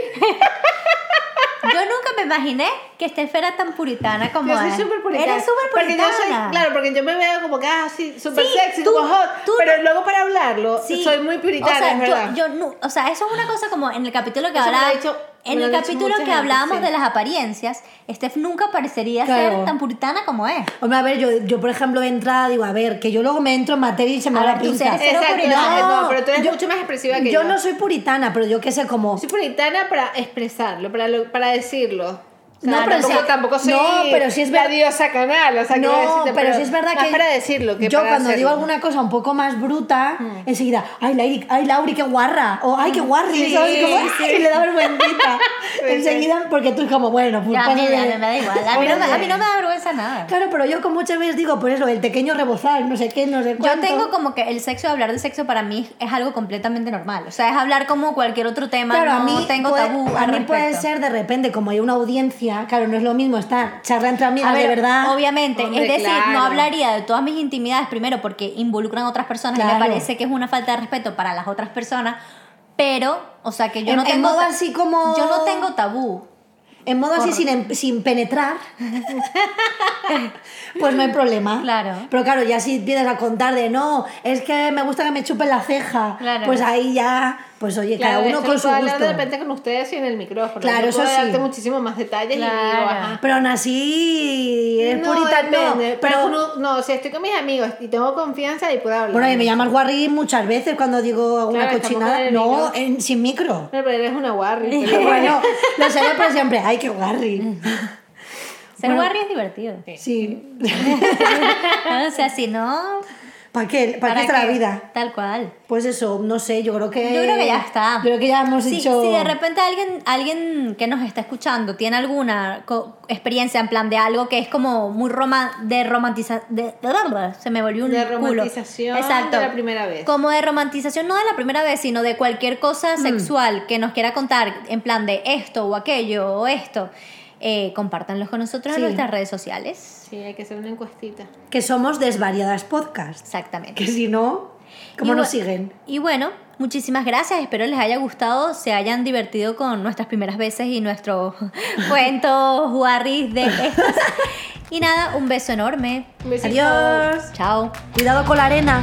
Speaker 1: Yo nunca me imaginé que Steph era tan puritana como
Speaker 2: Yo soy
Speaker 1: es.
Speaker 2: súper puritana.
Speaker 1: Eres súper
Speaker 2: Porque yo
Speaker 1: puritana.
Speaker 2: soy, claro, porque yo me veo como que, ah, sí, súper
Speaker 1: Sí,
Speaker 2: sexy,
Speaker 1: tú-
Speaker 2: como hot.
Speaker 1: tú
Speaker 2: pero
Speaker 1: no-
Speaker 2: luego para hablarlo,
Speaker 1: Sí.
Speaker 2: soy muy puritana,
Speaker 1: o sea,
Speaker 2: es verdad.
Speaker 1: Yo, yo nu- o sea, eso es una cosa como en el capítulo que
Speaker 2: Eso me lo ha
Speaker 1: hablaba.
Speaker 2: dicho-
Speaker 1: En
Speaker 2: me lo
Speaker 1: el
Speaker 2: ha dicho
Speaker 1: capítulo
Speaker 2: mucha
Speaker 1: que
Speaker 2: gente,
Speaker 1: hablábamos
Speaker 2: sí.
Speaker 1: de las apariencias, Steph nunca parecería
Speaker 3: Claro.
Speaker 1: ser tan puritana como es.
Speaker 3: Hombre, a ver, yo, yo por ejemplo de entrada digo, a ver, que yo luego me entro en materia y se me
Speaker 1: A
Speaker 3: va la
Speaker 1: ver, tú
Speaker 3: pinza.
Speaker 1: eres- cero
Speaker 2: Exacto,
Speaker 1: puritana.
Speaker 2: no, no, pero tú eres
Speaker 3: yo-
Speaker 2: mucho más expresiva que yo.
Speaker 3: Yo no soy puritana, pero yo qué sé, como...
Speaker 2: soy puritana para expresarlo, para, lo- para decirlo. O sea,
Speaker 3: No, pero
Speaker 2: tampoco,
Speaker 3: o sea,
Speaker 2: tampoco soy
Speaker 3: no, pero sí es
Speaker 2: la
Speaker 3: ver-
Speaker 2: diosa canal, o sea, quiero
Speaker 3: no,
Speaker 2: decirte,
Speaker 3: pero, sí es verdad
Speaker 2: más
Speaker 3: que
Speaker 2: para decirlo que
Speaker 3: yo
Speaker 2: para
Speaker 3: cuando
Speaker 2: hacerlo.
Speaker 3: digo
Speaker 2: Mm.
Speaker 3: alguna cosa un poco más bruta, enseguida, ay, Lauri, ay, Lauri, qué guarra, o ay, qué guarri,
Speaker 2: Sí,
Speaker 3: ¿sabes? Como,
Speaker 2: sí.
Speaker 3: ay, le da vergüencita.
Speaker 2: [LAUGHS] Sí,
Speaker 3: enseguida, porque tú es como, bueno, pues
Speaker 1: Ya, a, mí,
Speaker 3: pásale.
Speaker 1: a mí me da igual. A mí, no, me- a mí no me da vergüenza nada.
Speaker 3: Claro, pero yo como muchas veces digo, por eso, el pequeño rebozar, no sé qué, no sé
Speaker 1: Yo
Speaker 3: cuánto.
Speaker 1: tengo como que el sexo, hablar de sexo para mí es algo completamente normal. O sea, es hablar como cualquier otro tema.
Speaker 3: Claro,
Speaker 1: no
Speaker 3: a mí,
Speaker 1: tengo
Speaker 3: puede,
Speaker 1: tabú.
Speaker 3: a
Speaker 1: al
Speaker 3: mí puede
Speaker 1: respecto.
Speaker 3: ser de repente, como hay una audiencia, claro, no es lo mismo estar charla entre amigas,
Speaker 1: A ver,
Speaker 3: de verdad.
Speaker 1: Obviamente,
Speaker 2: Hombre,
Speaker 1: es decir,
Speaker 2: claro.
Speaker 1: no hablaría de todas mis intimidades primero porque involucran a otras personas y
Speaker 3: Claro.
Speaker 1: me parece que es una falta de respeto para las otras personas, pero, o sea, que yo
Speaker 3: En-
Speaker 1: no
Speaker 3: en
Speaker 1: tengo.
Speaker 3: modo
Speaker 1: ta-
Speaker 3: así como-
Speaker 1: Yo no tengo tabú.
Speaker 3: En modo así sin, em- sin penetrar, [LAUGHS] pues no hay problema.
Speaker 1: Claro.
Speaker 3: Pero claro, ya si empiezas a contar de no, es que me gusta que me chupen la ceja,
Speaker 1: Claro.
Speaker 3: pues ahí ya, pues oye,
Speaker 2: Claro,
Speaker 3: cada uno
Speaker 2: esto
Speaker 3: con
Speaker 2: lo
Speaker 3: su
Speaker 2: puedo hablar
Speaker 3: gusto.
Speaker 2: de repente con ustedes y en el micrófono.
Speaker 3: Claro,
Speaker 2: Yo
Speaker 3: eso
Speaker 2: puedo
Speaker 3: sí.
Speaker 2: darte muchísimo más detalles y digo,
Speaker 1: Claro.
Speaker 2: ajá.
Speaker 3: Pero aún así, es
Speaker 2: No,
Speaker 3: puritano.
Speaker 2: depende,
Speaker 3: pero,
Speaker 2: pero uno- no, si estoy con mis amigos y tengo confianza y puedo hablar.
Speaker 3: bueno, y me llamas guarri muchas veces cuando digo alguna
Speaker 2: Claro, estamos con
Speaker 3: cochinada.
Speaker 2: el
Speaker 3: No,
Speaker 2: micro.
Speaker 3: en- sin
Speaker 2: [LAUGHS]
Speaker 3: micro.
Speaker 2: Bueno, pero eres una guarri.
Speaker 3: [LAUGHS]
Speaker 2: pero-
Speaker 3: bueno, lo sé pero siempre, ay,
Speaker 2: [LAUGHS]
Speaker 3: qué guarri.
Speaker 1: Ser
Speaker 3: Bueno.
Speaker 1: guarri es divertido.
Speaker 3: Sí.
Speaker 1: [LAUGHS] o sea, si no.
Speaker 3: ¿Para qué? ¿Para, qué está la
Speaker 1: qué?
Speaker 3: vida?
Speaker 1: Tal cual.
Speaker 3: Pues eso, no sé, yo creo que...
Speaker 1: Yo creo que ya está.
Speaker 3: Eh, Creo que ya hemos
Speaker 1: Si,
Speaker 3: dicho...
Speaker 1: si de repente alguien, alguien que nos está escuchando tiene alguna co- experiencia en plan de algo que es como muy roma, de romantización. se me volvió un
Speaker 2: De
Speaker 1: culo.
Speaker 2: romantización de la primera vez.
Speaker 1: Como de romantización, no de la primera vez, sino de cualquier cosa sexual que nos quiera contar en plan de esto o aquello o esto. Eh, compártanlos con nosotros
Speaker 3: Sí.
Speaker 1: en nuestras redes sociales.
Speaker 2: Sí, hay que hacer una encuestita.
Speaker 3: Que somos desvariadas podcast.
Speaker 1: Exactamente.
Speaker 3: Que si no, ¿cómo
Speaker 1: Y
Speaker 3: nos
Speaker 1: bu-
Speaker 3: siguen?
Speaker 1: Y bueno, muchísimas gracias. Espero les haya gustado, se hayan divertido con nuestras primeras veces y nuestros [LAUGHS] cuentos, guarris de estos. Y nada, un beso enorme.
Speaker 2: Un besito.
Speaker 3: Adiós.
Speaker 1: Chao.
Speaker 3: Cuidado con la arena.